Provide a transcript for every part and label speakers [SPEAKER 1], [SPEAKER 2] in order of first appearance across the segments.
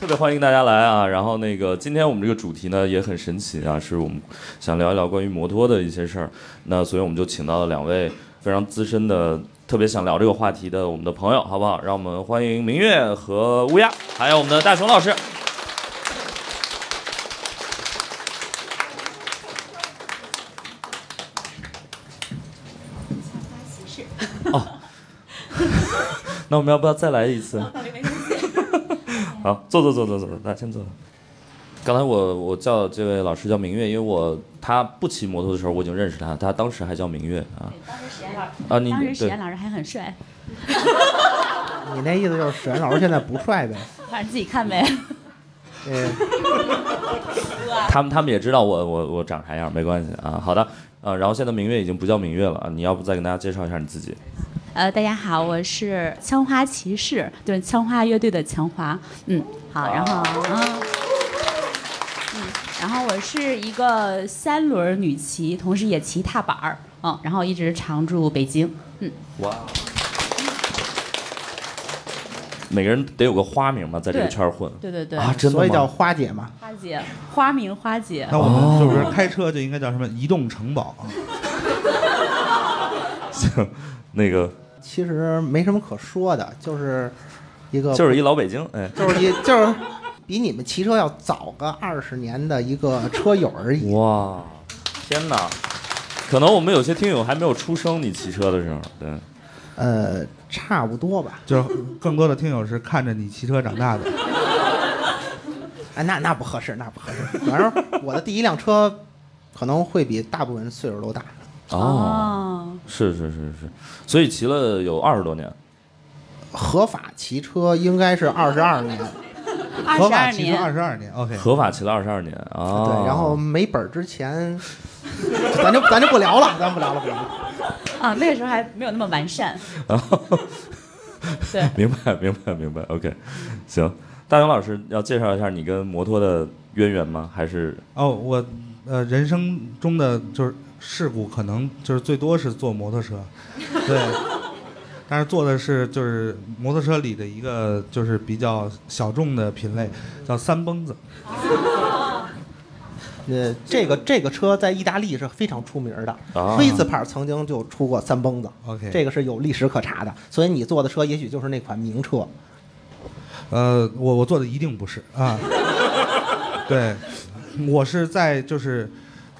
[SPEAKER 1] 特别欢迎大家来啊！然后那个，今天我们这个主题呢也很神奇啊，是我们想聊一聊关于摩托的一些事儿。那所以我们就请到了两位非常资深的，特别想聊这个话题的我们的朋友，好不好？让我们欢迎明月和乌鸦，还有我们的大熊老师。哦， 那我们要不要再来一次？好，坐坐坐坐坐，来先坐。刚才我我叫这位老师叫明月，因为我他不骑摩托的时候我已经认识他，他当时还叫明月啊
[SPEAKER 2] 当时实验老师，
[SPEAKER 1] 啊，你
[SPEAKER 2] 当时实
[SPEAKER 1] 对
[SPEAKER 2] 验老师还很帅，
[SPEAKER 3] 你那意思就是史岩老师现在不帅呗？
[SPEAKER 2] 反正自己看呗。
[SPEAKER 3] 呃，
[SPEAKER 1] 他们他们也知道我我我长啥样，没关系啊。好的，呃，然后现在明月已经不叫明月了，啊你要不再跟大家介绍一下你自己？
[SPEAKER 2] 呃，大家好，我是枪花骑士，就是枪花乐队的枪花。嗯，好，然后嗯。嗯，然后我是一个三轮女骑，同时也骑踏板儿，嗯，然后一直常驻北京，嗯，
[SPEAKER 1] 哇，每个人得有个花名嘛，在这个
[SPEAKER 2] 对
[SPEAKER 1] 圈儿混
[SPEAKER 2] 对对对，
[SPEAKER 1] 啊，真
[SPEAKER 3] 所
[SPEAKER 1] 的
[SPEAKER 3] 以叫
[SPEAKER 1] 吗？
[SPEAKER 3] 花姐嘛。
[SPEAKER 2] 花姐，花名花姐，
[SPEAKER 4] 那我们
[SPEAKER 3] 哦
[SPEAKER 4] 就是开车就应该叫什么移动城堡啊？
[SPEAKER 1] 行，那个
[SPEAKER 3] 其实没什么可说的，就是一个
[SPEAKER 1] 就是一老北京，哎，
[SPEAKER 3] 就是一就是比你们骑车要早个二十年的一个车友而已。
[SPEAKER 1] 哇， 天哪！可能我们有些听友还没有出生，你骑车的时候，对，
[SPEAKER 3] 呃，差不多吧。
[SPEAKER 4] 就是更多的听友是看着你骑车长大的。
[SPEAKER 3] 哎，那那不合适，那不合适。反正我的第一辆车可能会比大部分人岁数都大，
[SPEAKER 1] 哦
[SPEAKER 2] 哦，
[SPEAKER 1] 是是是是，所以骑了有二十多年，
[SPEAKER 3] 合法骑车应该是二十二年，
[SPEAKER 4] 合
[SPEAKER 2] 二十二
[SPEAKER 4] 法骑车二
[SPEAKER 2] 年，
[SPEAKER 4] 十二年，OK。
[SPEAKER 1] 合法骑了二十二年啊。哦
[SPEAKER 3] 对，然后没本儿之前，咱就咱就不聊了，咱不聊了，不聊了。
[SPEAKER 2] 啊，那个时候还没有那么完善，
[SPEAKER 1] 然后
[SPEAKER 2] 对，
[SPEAKER 1] 明白明白明白，OK，行。大勇老师要介绍一下你跟摩托的渊源吗？还是
[SPEAKER 4] 哦，我呃，人生中的就是事故，可能就是最多是坐摩托车， 对。但是坐的是就是摩托车里的一个就是比较小众的品类，叫三蹦子。
[SPEAKER 3] 呃，这个这个车在意大利是非常出名的
[SPEAKER 1] 啊
[SPEAKER 3] 菲兹牌曾经就出过三蹦子
[SPEAKER 4] OK
[SPEAKER 3] 这个是有历史可查的。所以你坐的车也许就是那款名车。
[SPEAKER 4] 呃，我我做的一定不是啊。对，我是在就是，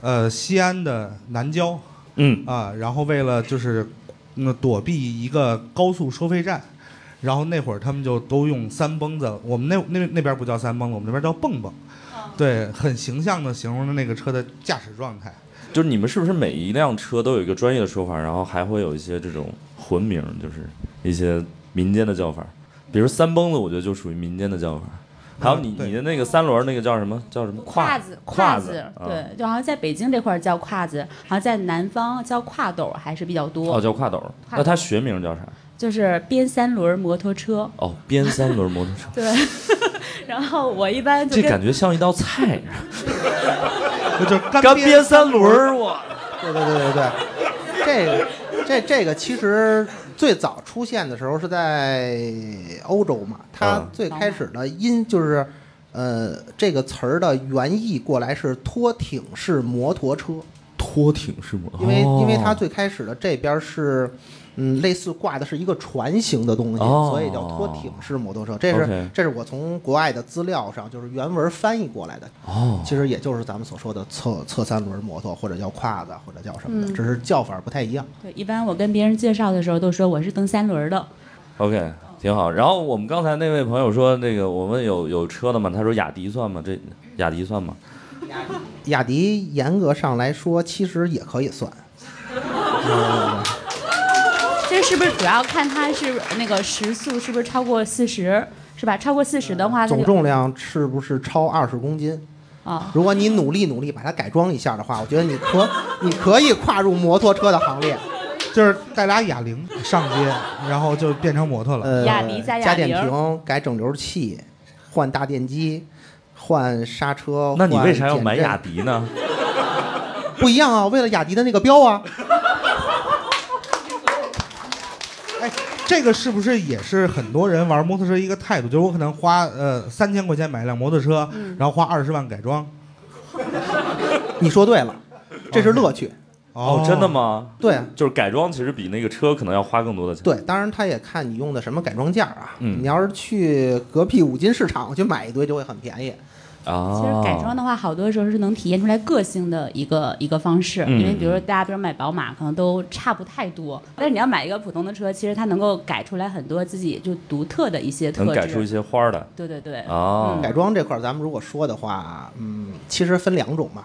[SPEAKER 4] 呃，西安的南郊
[SPEAKER 1] 嗯
[SPEAKER 4] 啊，然后为了就是，那、躲避一个高速收费站，然后那会儿他们就都用三蹦子，我们那那那边不叫三蹦子，我们那边叫蹦蹦。
[SPEAKER 3] 哦
[SPEAKER 4] 对，很形象的形容了那个车的驾驶状态。
[SPEAKER 1] 就是你们是不是每一辆车都有一个专业的说法，然后还会有一些这种混名，就是一些民间的叫法，比如三蹦子，我觉得就属于民间的叫法。还有你
[SPEAKER 4] 对
[SPEAKER 1] 你的那个三轮儿那个叫什么？叫什么？
[SPEAKER 2] 胯
[SPEAKER 1] 胯
[SPEAKER 2] 子，
[SPEAKER 1] 胯
[SPEAKER 2] 子，
[SPEAKER 1] 啊
[SPEAKER 2] 对，就好像在北京这块儿叫胯子，好像在南方叫挎斗儿还是比较多，
[SPEAKER 1] 哦，叫胯斗儿。
[SPEAKER 2] 胯
[SPEAKER 1] 那它
[SPEAKER 2] 斗
[SPEAKER 1] 学名叫啥？
[SPEAKER 2] 就是编三轮摩托 车。
[SPEAKER 1] 哦，边三轮摩托 车。
[SPEAKER 2] 对，然后我一般就
[SPEAKER 1] 这
[SPEAKER 2] 跟
[SPEAKER 1] 感觉像一道菜，
[SPEAKER 4] 那就是干
[SPEAKER 1] 干
[SPEAKER 4] 煸
[SPEAKER 1] 煸三轮儿，我
[SPEAKER 3] 对对对对对，这个这这个其实最早出现的时候是在欧洲嘛，它
[SPEAKER 1] 嗯
[SPEAKER 3] 最开始的因就是。呃，这个词儿的原意过来是拖艇式摩托车，
[SPEAKER 1] 拖艇是吗？
[SPEAKER 3] 因为因为它
[SPEAKER 1] 哦
[SPEAKER 3] 最开始的这边是，嗯，类似挂的是一个船型的东西，
[SPEAKER 1] 哦
[SPEAKER 3] 所以叫拖艇式摩托车。这是
[SPEAKER 1] OK
[SPEAKER 3] 这是我从国外的资料上就是原文翻译过来的，
[SPEAKER 1] 哦
[SPEAKER 3] 其实也就是咱们所说的侧侧三轮摩托，或者叫胯子，或者叫什么的，
[SPEAKER 2] 嗯
[SPEAKER 3] 只是叫法不太一样。
[SPEAKER 2] 对，一般我跟别人介绍的时候都说我是蹬三轮儿的，
[SPEAKER 1] ，OK，挺好。然后我们刚才那位朋友说，那个我们有有车的吗？他说雅迪算吗？这雅迪算吗？
[SPEAKER 3] 雅迪严格上来说，其实也可以算。
[SPEAKER 2] 这是不是主要看它是那个时速是不是超过四十，是吧？超过四十的话，它
[SPEAKER 3] 总
[SPEAKER 2] 就
[SPEAKER 3] 重量是不是超二十公斤？
[SPEAKER 2] 啊、
[SPEAKER 3] 如果你努力努力把它改装一下的话，我 觉得你可你可以跨入摩托车的行列。
[SPEAKER 4] 就是带俩哑铃上街，然后就变成摩托了。
[SPEAKER 3] 呃，
[SPEAKER 2] 雅迪加雅
[SPEAKER 3] 加电
[SPEAKER 2] 铃儿
[SPEAKER 3] 瓶，改整流器，换大电机，换刹车。
[SPEAKER 1] 那你为啥要
[SPEAKER 3] 哦换
[SPEAKER 1] 买
[SPEAKER 3] 减震
[SPEAKER 1] 雅迪呢？
[SPEAKER 3] 不一样啊，为了雅迪的那个标啊。
[SPEAKER 4] 哦哎，这个是不是也是很多人玩摩托车一个态度？就是我可能花呃三千块钱买一辆摩托车，然后花二十万改装。
[SPEAKER 3] 你说对了，这是乐趣。
[SPEAKER 1] 哦，真的？吗？
[SPEAKER 3] 对啊
[SPEAKER 1] 就是改装其实比那个车可能要花更多的钱。
[SPEAKER 3] 对，当然他也看你用的什么改装件儿啊。
[SPEAKER 1] 嗯
[SPEAKER 3] 你要是去隔壁五金市场去买一堆，就会很便宜。
[SPEAKER 1] 啊，
[SPEAKER 2] 其
[SPEAKER 4] 哦
[SPEAKER 2] 实改装的话，好多时候是能体现出来个性的一个一个方式，
[SPEAKER 1] 嗯
[SPEAKER 2] 因为比如说大家，比如买宝马，可能都差不太多，但是你要买一个普通的车，其实它能够改出来很多自己就独特的一些特
[SPEAKER 1] 能
[SPEAKER 2] 质。
[SPEAKER 1] 改出一些花儿来
[SPEAKER 2] 对对对，
[SPEAKER 1] 啊
[SPEAKER 2] 嗯。
[SPEAKER 3] 改装这块，儿，咱们如果说的话，嗯，其实分两种嘛，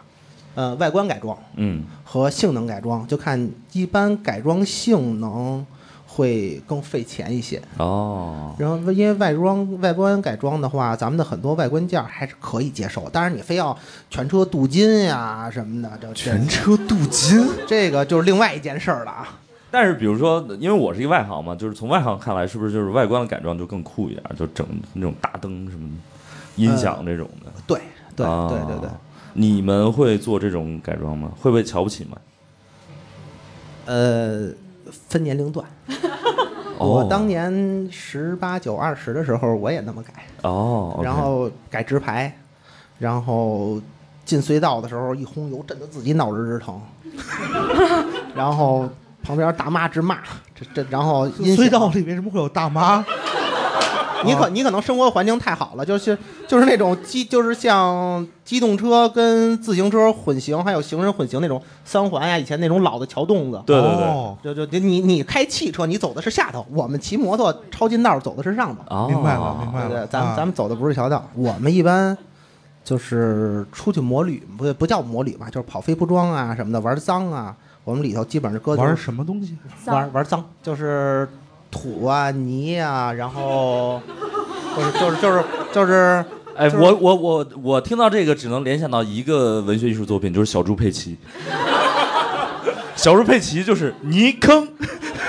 [SPEAKER 3] 呃，外观改装
[SPEAKER 1] 嗯，
[SPEAKER 3] 和性能改装，就看一般改装性能会更费钱一些。
[SPEAKER 1] 哦，
[SPEAKER 3] 然后因为外装外观改装的话，咱们的很多外观件儿还是可以接受，当然你非要全车镀金呀、什么的，这全
[SPEAKER 1] 车镀金。
[SPEAKER 3] 这个就是另外一件事儿了啊。
[SPEAKER 1] 但是比如说，因为我是一个外行嘛，就是从外行看来，是不是就是外观的改装就更酷一点，就整那种大灯什么音响这种的？
[SPEAKER 3] 对对
[SPEAKER 1] 啊
[SPEAKER 3] 对对对，。
[SPEAKER 1] 你们会做这种改装吗？会不会瞧不起吗？
[SPEAKER 3] 呃，分年龄段，
[SPEAKER 1] 哦
[SPEAKER 3] 我当年十八九二十的时候我也那么改，
[SPEAKER 1] 哦，OK
[SPEAKER 3] 然后改直排，然后进隧道的时候一轰油，震得自己脑仁直疼，然后旁边大妈直骂，这这然后音响
[SPEAKER 4] 隧道里为什么会有大妈？
[SPEAKER 3] 你可你可能生活环境太好了，就是就是那种机就是像机动车跟自行车混行，还有行人混行那种三环呀，以前那种老的桥洞子。
[SPEAKER 1] 对对对，
[SPEAKER 4] 哦
[SPEAKER 3] 就就就你你开汽车，你走的是下头；我们骑摩托抄近道走的是上头。
[SPEAKER 1] 哦，
[SPEAKER 4] 明白了明白
[SPEAKER 3] 对
[SPEAKER 4] 了
[SPEAKER 3] 对，咱
[SPEAKER 4] 啊
[SPEAKER 3] 们咱们走的不是小道，我们一般就是出去摩旅，不不叫摩旅吧，就是跑飞铺装啊什么的，玩脏啊。我们里头基本上搁的
[SPEAKER 4] 玩
[SPEAKER 3] 是
[SPEAKER 4] 什么东西？
[SPEAKER 2] 脏
[SPEAKER 3] 玩玩脏，就是土啊泥啊，然后就是 就是就是就是
[SPEAKER 1] 哎，
[SPEAKER 3] 就是
[SPEAKER 1] 我我我我听到这个只能联想到一个文学艺术作品，就是小猪佩奇。小猪佩奇就是泥坑，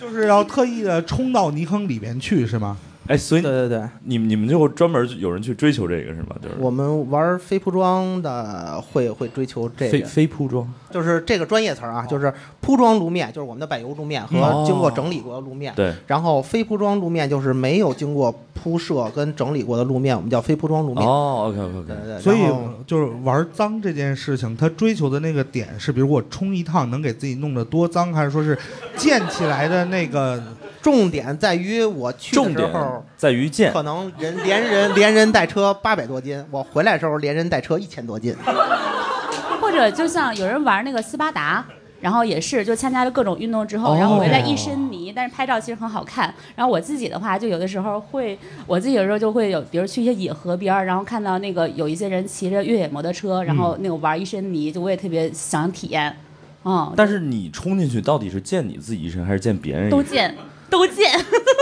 [SPEAKER 4] 就是要特意的冲到泥坑里面去是吗？
[SPEAKER 1] 哎，所以
[SPEAKER 3] 对对对，
[SPEAKER 1] 你们你们就专门有人去追求这个是吗？就是
[SPEAKER 3] 我们玩非铺装的会会追求这
[SPEAKER 1] 非
[SPEAKER 3] 个，
[SPEAKER 1] 非铺装
[SPEAKER 3] 就是这个专业词儿啊，就是铺装路面，就是我们的柏油路面
[SPEAKER 1] 哦
[SPEAKER 3] 和经过整理过的路面。
[SPEAKER 1] 对
[SPEAKER 3] 然后非铺装路面就是没有经过铺设跟整理过的路面，我们叫非铺装路面。
[SPEAKER 1] 哦，OK OK
[SPEAKER 3] 对
[SPEAKER 1] OK，
[SPEAKER 3] 对对，
[SPEAKER 4] 所以
[SPEAKER 3] 呃然后
[SPEAKER 4] 就是玩脏这件事情，他追求的那个点是，比如我冲一趟能给自己弄得多脏，还是说是溅起来的那个？
[SPEAKER 3] 重点在于我去的
[SPEAKER 1] 重
[SPEAKER 3] 时
[SPEAKER 1] 点
[SPEAKER 3] 候。
[SPEAKER 1] 在于建
[SPEAKER 3] 可能人连人连人带车八百多斤，我回来的时候连人带车一千多斤。
[SPEAKER 2] 或者就像有人玩那个斯巴达。然后也是，就参加了各种运动之后，然后回来一
[SPEAKER 1] 哦
[SPEAKER 2] 身泥，但是拍照其实很好看。然后我自己的话，就有的时候会，我自己有时候就会有，比如去一些野河边儿，然后看到那个有一些人骑着越野摩托车，
[SPEAKER 1] 嗯
[SPEAKER 2] 然后那个玩一身泥，就我也特别想体验。嗯，
[SPEAKER 1] 但是你冲进去到底是溅你自己一身还是溅别人一
[SPEAKER 2] 都
[SPEAKER 1] 身？
[SPEAKER 2] 见，都见，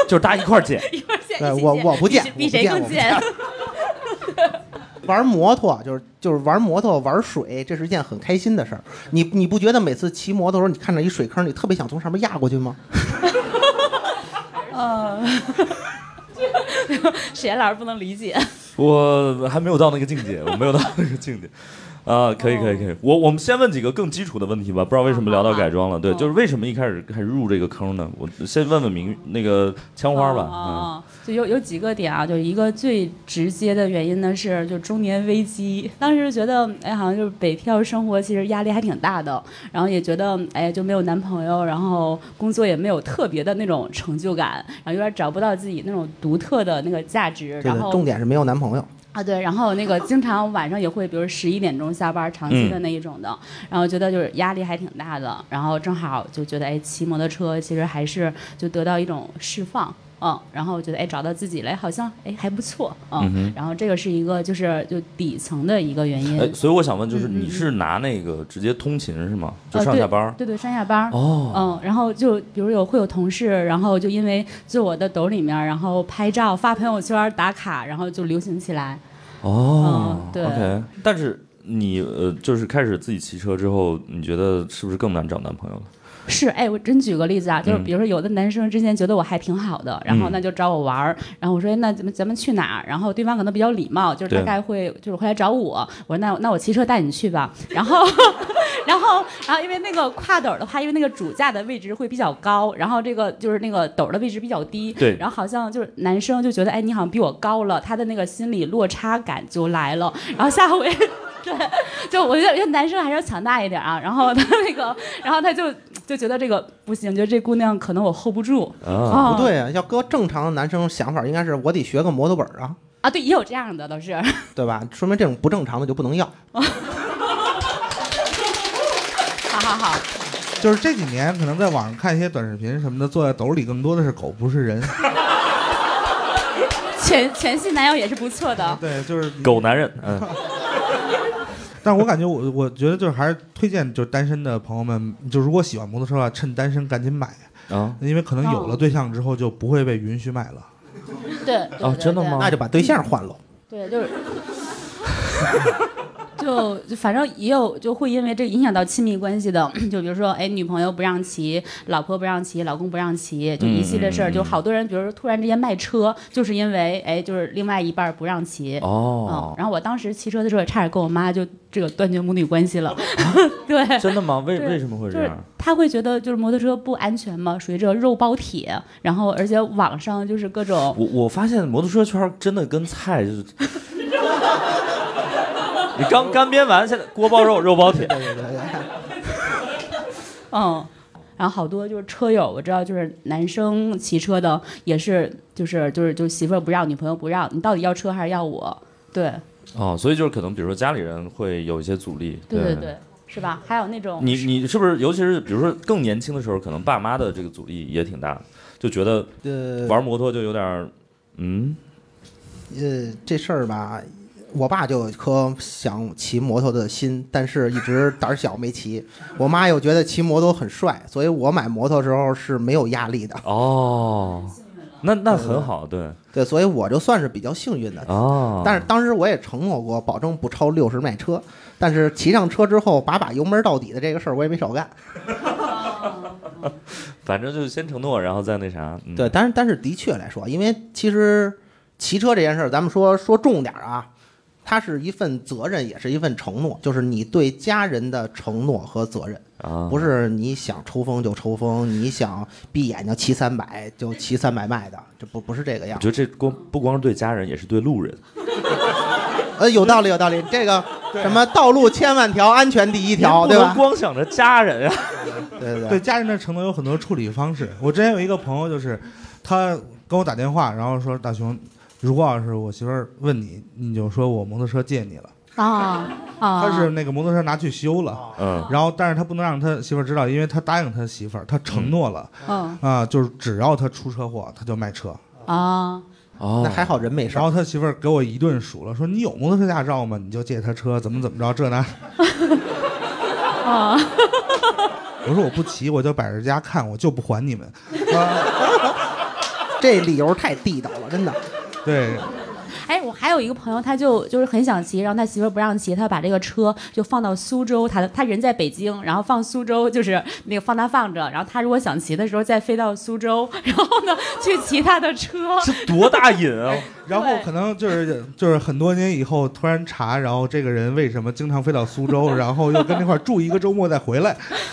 [SPEAKER 1] 就是大家一块儿溅。
[SPEAKER 2] 一块儿见。
[SPEAKER 3] 对
[SPEAKER 2] 一起
[SPEAKER 3] 哎我
[SPEAKER 2] 见
[SPEAKER 3] 我哦不
[SPEAKER 2] 比
[SPEAKER 3] 见
[SPEAKER 2] 谁
[SPEAKER 3] 我
[SPEAKER 2] 比
[SPEAKER 3] 不
[SPEAKER 2] 谁
[SPEAKER 3] 见我
[SPEAKER 2] 更
[SPEAKER 3] 不
[SPEAKER 2] 见。
[SPEAKER 3] 玩摩托啊就是就是玩摩托玩水，这是一件很开心的事儿。你你不觉得每次骑摩托的时候，你看着一水坑，你特别想从上面压过去吗？
[SPEAKER 2] 嗯，史岩老师不能理 解。
[SPEAKER 1] 我还没有到那个境界，我没有到那个境界。
[SPEAKER 2] 哦
[SPEAKER 1] 啊，可以可以可以，我我们先问几个更基础的问题吧，不知道为什么聊到改装了，对，
[SPEAKER 2] 好
[SPEAKER 1] 就是为什么一开始开始入这个坑呢？我先问问明那个枪花吧，
[SPEAKER 3] 嗯
[SPEAKER 2] 哦哦
[SPEAKER 1] 啊，
[SPEAKER 2] 哦就有有几个点啊，就是一个最直接的原因呢是就中年危机，当时觉得哎好像就是北漂生活其实压力还挺大的，然后也觉得哎就没有男朋友，然后工作也没有特别的那种成就感，然后有点找不到自己那种独特的那个价值，
[SPEAKER 3] 这
[SPEAKER 2] 然
[SPEAKER 3] 个
[SPEAKER 2] 后
[SPEAKER 3] 重点是没有男朋友。
[SPEAKER 2] 啊，对，然后那个经常晚上也会，比如十一点钟下班，长期的
[SPEAKER 1] 嗯
[SPEAKER 2] 那一种的，然后觉得就是压力还挺大的，然后正好就觉得哎，骑摩托车其实还是就得到一种释放，嗯，然后觉得哎找到自己了，好像哎还不错，嗯，
[SPEAKER 1] 嗯哼
[SPEAKER 2] 然后这个是一个就是就底层的一个原因，
[SPEAKER 1] 哎，所以我想问，就是
[SPEAKER 2] 嗯嗯
[SPEAKER 1] 你是拿那个直接通勤是吗？就
[SPEAKER 2] 呃
[SPEAKER 1] 上下班儿？
[SPEAKER 2] 对对，上下班儿，
[SPEAKER 1] 哦，
[SPEAKER 2] 嗯，然后就比如有会有同事，然后就因为就我的抖里面，然后拍照发朋友圈打卡，然后就流行起来。
[SPEAKER 1] 哦
[SPEAKER 2] 嗯，对
[SPEAKER 1] OK，但是你呃，就是开始自己骑车之后，你觉得是不是更难找男朋友了？
[SPEAKER 2] 是，哎，我真举个例子啊，就是
[SPEAKER 1] 嗯
[SPEAKER 2] 比如说有的男生之前觉得我还挺好的，然后
[SPEAKER 1] 嗯
[SPEAKER 2] 那就找我玩儿，然后我说那咱们咱们去哪儿？然后对方可能比较礼貌，就是大
[SPEAKER 1] 对
[SPEAKER 2] 概会就是会来找我，我说那那我骑车带你去吧，然后然后然后因为那个跨斗的话，因为那个主驾的位置会比较高，然后这个就是那个斗的位置比较低，
[SPEAKER 1] 对
[SPEAKER 2] 然后好像就是男生就觉得哎你好像比我高了，他的那个心理落差感就来了，然后下回。对，就我觉得，我觉得男生还是要强大一点啊。然后他那个，然后他就就觉得这个不行，觉得这姑娘可能我 hold 不住
[SPEAKER 1] 啊，
[SPEAKER 2] 啊。
[SPEAKER 3] 不对啊，要搁正常的男生想法，应该是我得学个摩托本儿啊，
[SPEAKER 2] 啊，对，也有这样的倒是。
[SPEAKER 3] 对吧？说明这种不正常的就不能要。
[SPEAKER 2] 好好好，
[SPEAKER 4] 就是这几年可能在网上看一些短视频什么的，坐在斗里更多的是狗不是人。
[SPEAKER 2] 全全系男友也是不错的。
[SPEAKER 4] 对，就是
[SPEAKER 1] 狗男人，嗯，
[SPEAKER 4] 但我感觉我我觉得就是还是推荐就是单身的朋友们，就如果喜欢摩托车啊，趁单身赶紧买，
[SPEAKER 1] 啊
[SPEAKER 4] 因为可能
[SPEAKER 3] 哦
[SPEAKER 4] 有了对象之后就不会被允许买了。
[SPEAKER 2] 对。
[SPEAKER 1] 哦真的吗
[SPEAKER 3] 那就把对象换了。
[SPEAKER 2] 对，就是。就就反正也有就会因为这个影响到亲密关系的，就比如说哎，女朋友不让骑，老婆不让骑，老公不让骑，就一系列事儿。
[SPEAKER 1] 嗯
[SPEAKER 2] 就好多人，比如说突然之间卖车，就是因为哎，就是另外一半儿不让骑。嗯
[SPEAKER 1] 哦，，
[SPEAKER 2] 然后我当时骑车的时候，也差点跟我妈就这个断绝母女关系了。对，
[SPEAKER 1] 啊真的 吗？啊为
[SPEAKER 2] 对
[SPEAKER 1] 为什么会
[SPEAKER 2] 就
[SPEAKER 1] 这
[SPEAKER 2] 是
[SPEAKER 1] 样？
[SPEAKER 2] 她会觉得就是摩托车不安全嘛，属于这个肉包铁。然后而且网上就是各种
[SPEAKER 1] 我我发现摩托车圈儿真的跟菜就是， 你刚干煸完，现在锅包肉肉包铁，
[SPEAKER 3] 对对对，
[SPEAKER 2] 嗯，然后好多就是车友，我知道就是男生骑车的也是，就是就是就是媳妇儿不让，女朋友不让，你到底要车还是要我？对
[SPEAKER 1] 哦，所以就是可能，比如说家里人会有一些阻力。
[SPEAKER 2] 对对对，是吧？还有那种
[SPEAKER 1] 你你是不是，尤其是比如说更年轻的时候，可能爸妈的这个阻力也挺大的，就觉得
[SPEAKER 3] 呃
[SPEAKER 1] 玩摩托就有点儿，嗯，
[SPEAKER 3] 呃，这事儿吧，我爸就有一颗想骑摩托的心，但是一直胆儿小没骑。我妈又觉得骑摩托很帅，所以我买摩托的时候是没有压力的。
[SPEAKER 1] 哦，那那很好，对，
[SPEAKER 3] 对，所以我就算是比较幸运的。
[SPEAKER 1] 哦，
[SPEAKER 3] 但是当时我也承诺过，保证不超六十迈车。但是骑上车之后，把把油门到底的这个事儿我也没少干。
[SPEAKER 1] 反正就是先承诺，然后再那啥，嗯、
[SPEAKER 3] 对，，但是但是的确来说，因为其实骑车这件事儿，咱们说说重点儿啊，它是一份责任，也是一份承诺，就是你对家人的承诺和责任，
[SPEAKER 1] 啊，
[SPEAKER 3] 不是你想抽风就抽风，你想闭眼睛骑三百就骑三百迈的，这不不是这个样
[SPEAKER 1] 我
[SPEAKER 3] 子。
[SPEAKER 1] 觉得这光不光是对家人，也是对路人。
[SPEAKER 3] 呃，有道理，有道理，这个什么道路千万条，安全第一条，
[SPEAKER 1] 不
[SPEAKER 3] 对
[SPEAKER 1] 能
[SPEAKER 3] 吧？
[SPEAKER 1] 光想着家人啊。
[SPEAKER 3] 对对
[SPEAKER 4] 对，家人的承诺有很多处理方式。我之前有一个朋友，就是他跟我打电话，然后说大熊，如果要是我媳妇儿问你，你就说我摩托车借你了，
[SPEAKER 2] 啊啊，
[SPEAKER 4] 他是那个摩托车拿去修了。
[SPEAKER 3] 啊
[SPEAKER 1] 嗯，
[SPEAKER 4] 然后，但是他不能让他媳妇儿知道，因为他答应他媳妇儿，他承诺了
[SPEAKER 2] 嗯
[SPEAKER 4] 啊、就是只要他出车祸，他就卖车。
[SPEAKER 2] 啊
[SPEAKER 1] 哦
[SPEAKER 3] 那还好人没事
[SPEAKER 4] 然
[SPEAKER 3] 儿。
[SPEAKER 4] 后他媳妇儿给我一顿数了，说你有摩托车驾照吗？你就借他车，怎么怎么着，这那。
[SPEAKER 2] 啊，
[SPEAKER 4] 我说我不骑，我就摆着家看，我就不还你们。啊，
[SPEAKER 3] 这理由太地道了，真的。
[SPEAKER 4] 对，
[SPEAKER 2] 哎，我还有一个朋友，他就就是很想骑，然后他媳妇儿不让骑，他把这个车就放到苏州，他的他人在北京，然后放苏州，就是那个放他放着，然后他如果想骑的时候再飞到苏州，然后呢去骑他的车，
[SPEAKER 1] 这多大瘾啊！
[SPEAKER 4] 哎然后
[SPEAKER 2] 对
[SPEAKER 4] 可能就是就是很多年以后突然查，然后这个人为什么经常飞到 苏州，然后又跟那块儿住一个周末再回来，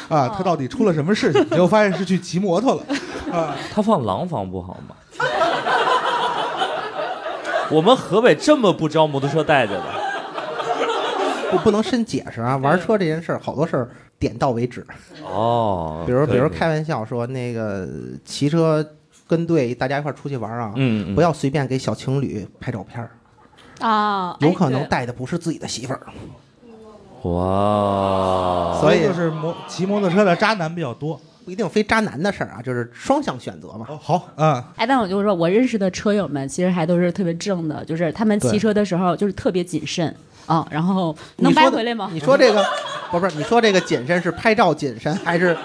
[SPEAKER 4] 啊，他到底出了什么事情？结果发现是去骑摩托了，啊，
[SPEAKER 1] 他放廊坊不好吗？ 我们河北这么不招摩托车待见的，
[SPEAKER 3] 不不能深解释啊，玩车这件事儿，好多事儿点到为止。
[SPEAKER 1] 哦，
[SPEAKER 3] 比如
[SPEAKER 1] 可
[SPEAKER 3] 比
[SPEAKER 1] 以
[SPEAKER 3] 如
[SPEAKER 1] 可以
[SPEAKER 3] 开玩笑说那个骑车跟队，大家一块儿出去玩啊，
[SPEAKER 1] 嗯，嗯
[SPEAKER 3] 不要随便给小情侣拍照片儿，
[SPEAKER 2] 啊，
[SPEAKER 3] 有
[SPEAKER 2] 哎
[SPEAKER 3] 可能
[SPEAKER 2] 对
[SPEAKER 3] 带的不是自己的媳妇儿。
[SPEAKER 1] 哇，
[SPEAKER 3] 所以
[SPEAKER 4] 就是摩骑摩托车的渣男比较多。
[SPEAKER 3] 不一定非渣男的事儿啊，就是双向选择嘛。
[SPEAKER 4] 哦，好，啊，
[SPEAKER 2] 哎，但我就说，我认识的车友们其实还都是特别正的，就是他们骑车的时候就是特别谨慎啊，然后能
[SPEAKER 3] 你说
[SPEAKER 2] 掰
[SPEAKER 3] 的
[SPEAKER 2] 回来吗
[SPEAKER 3] 你？说这个，不是不是，你说这个谨慎是拍照谨慎还是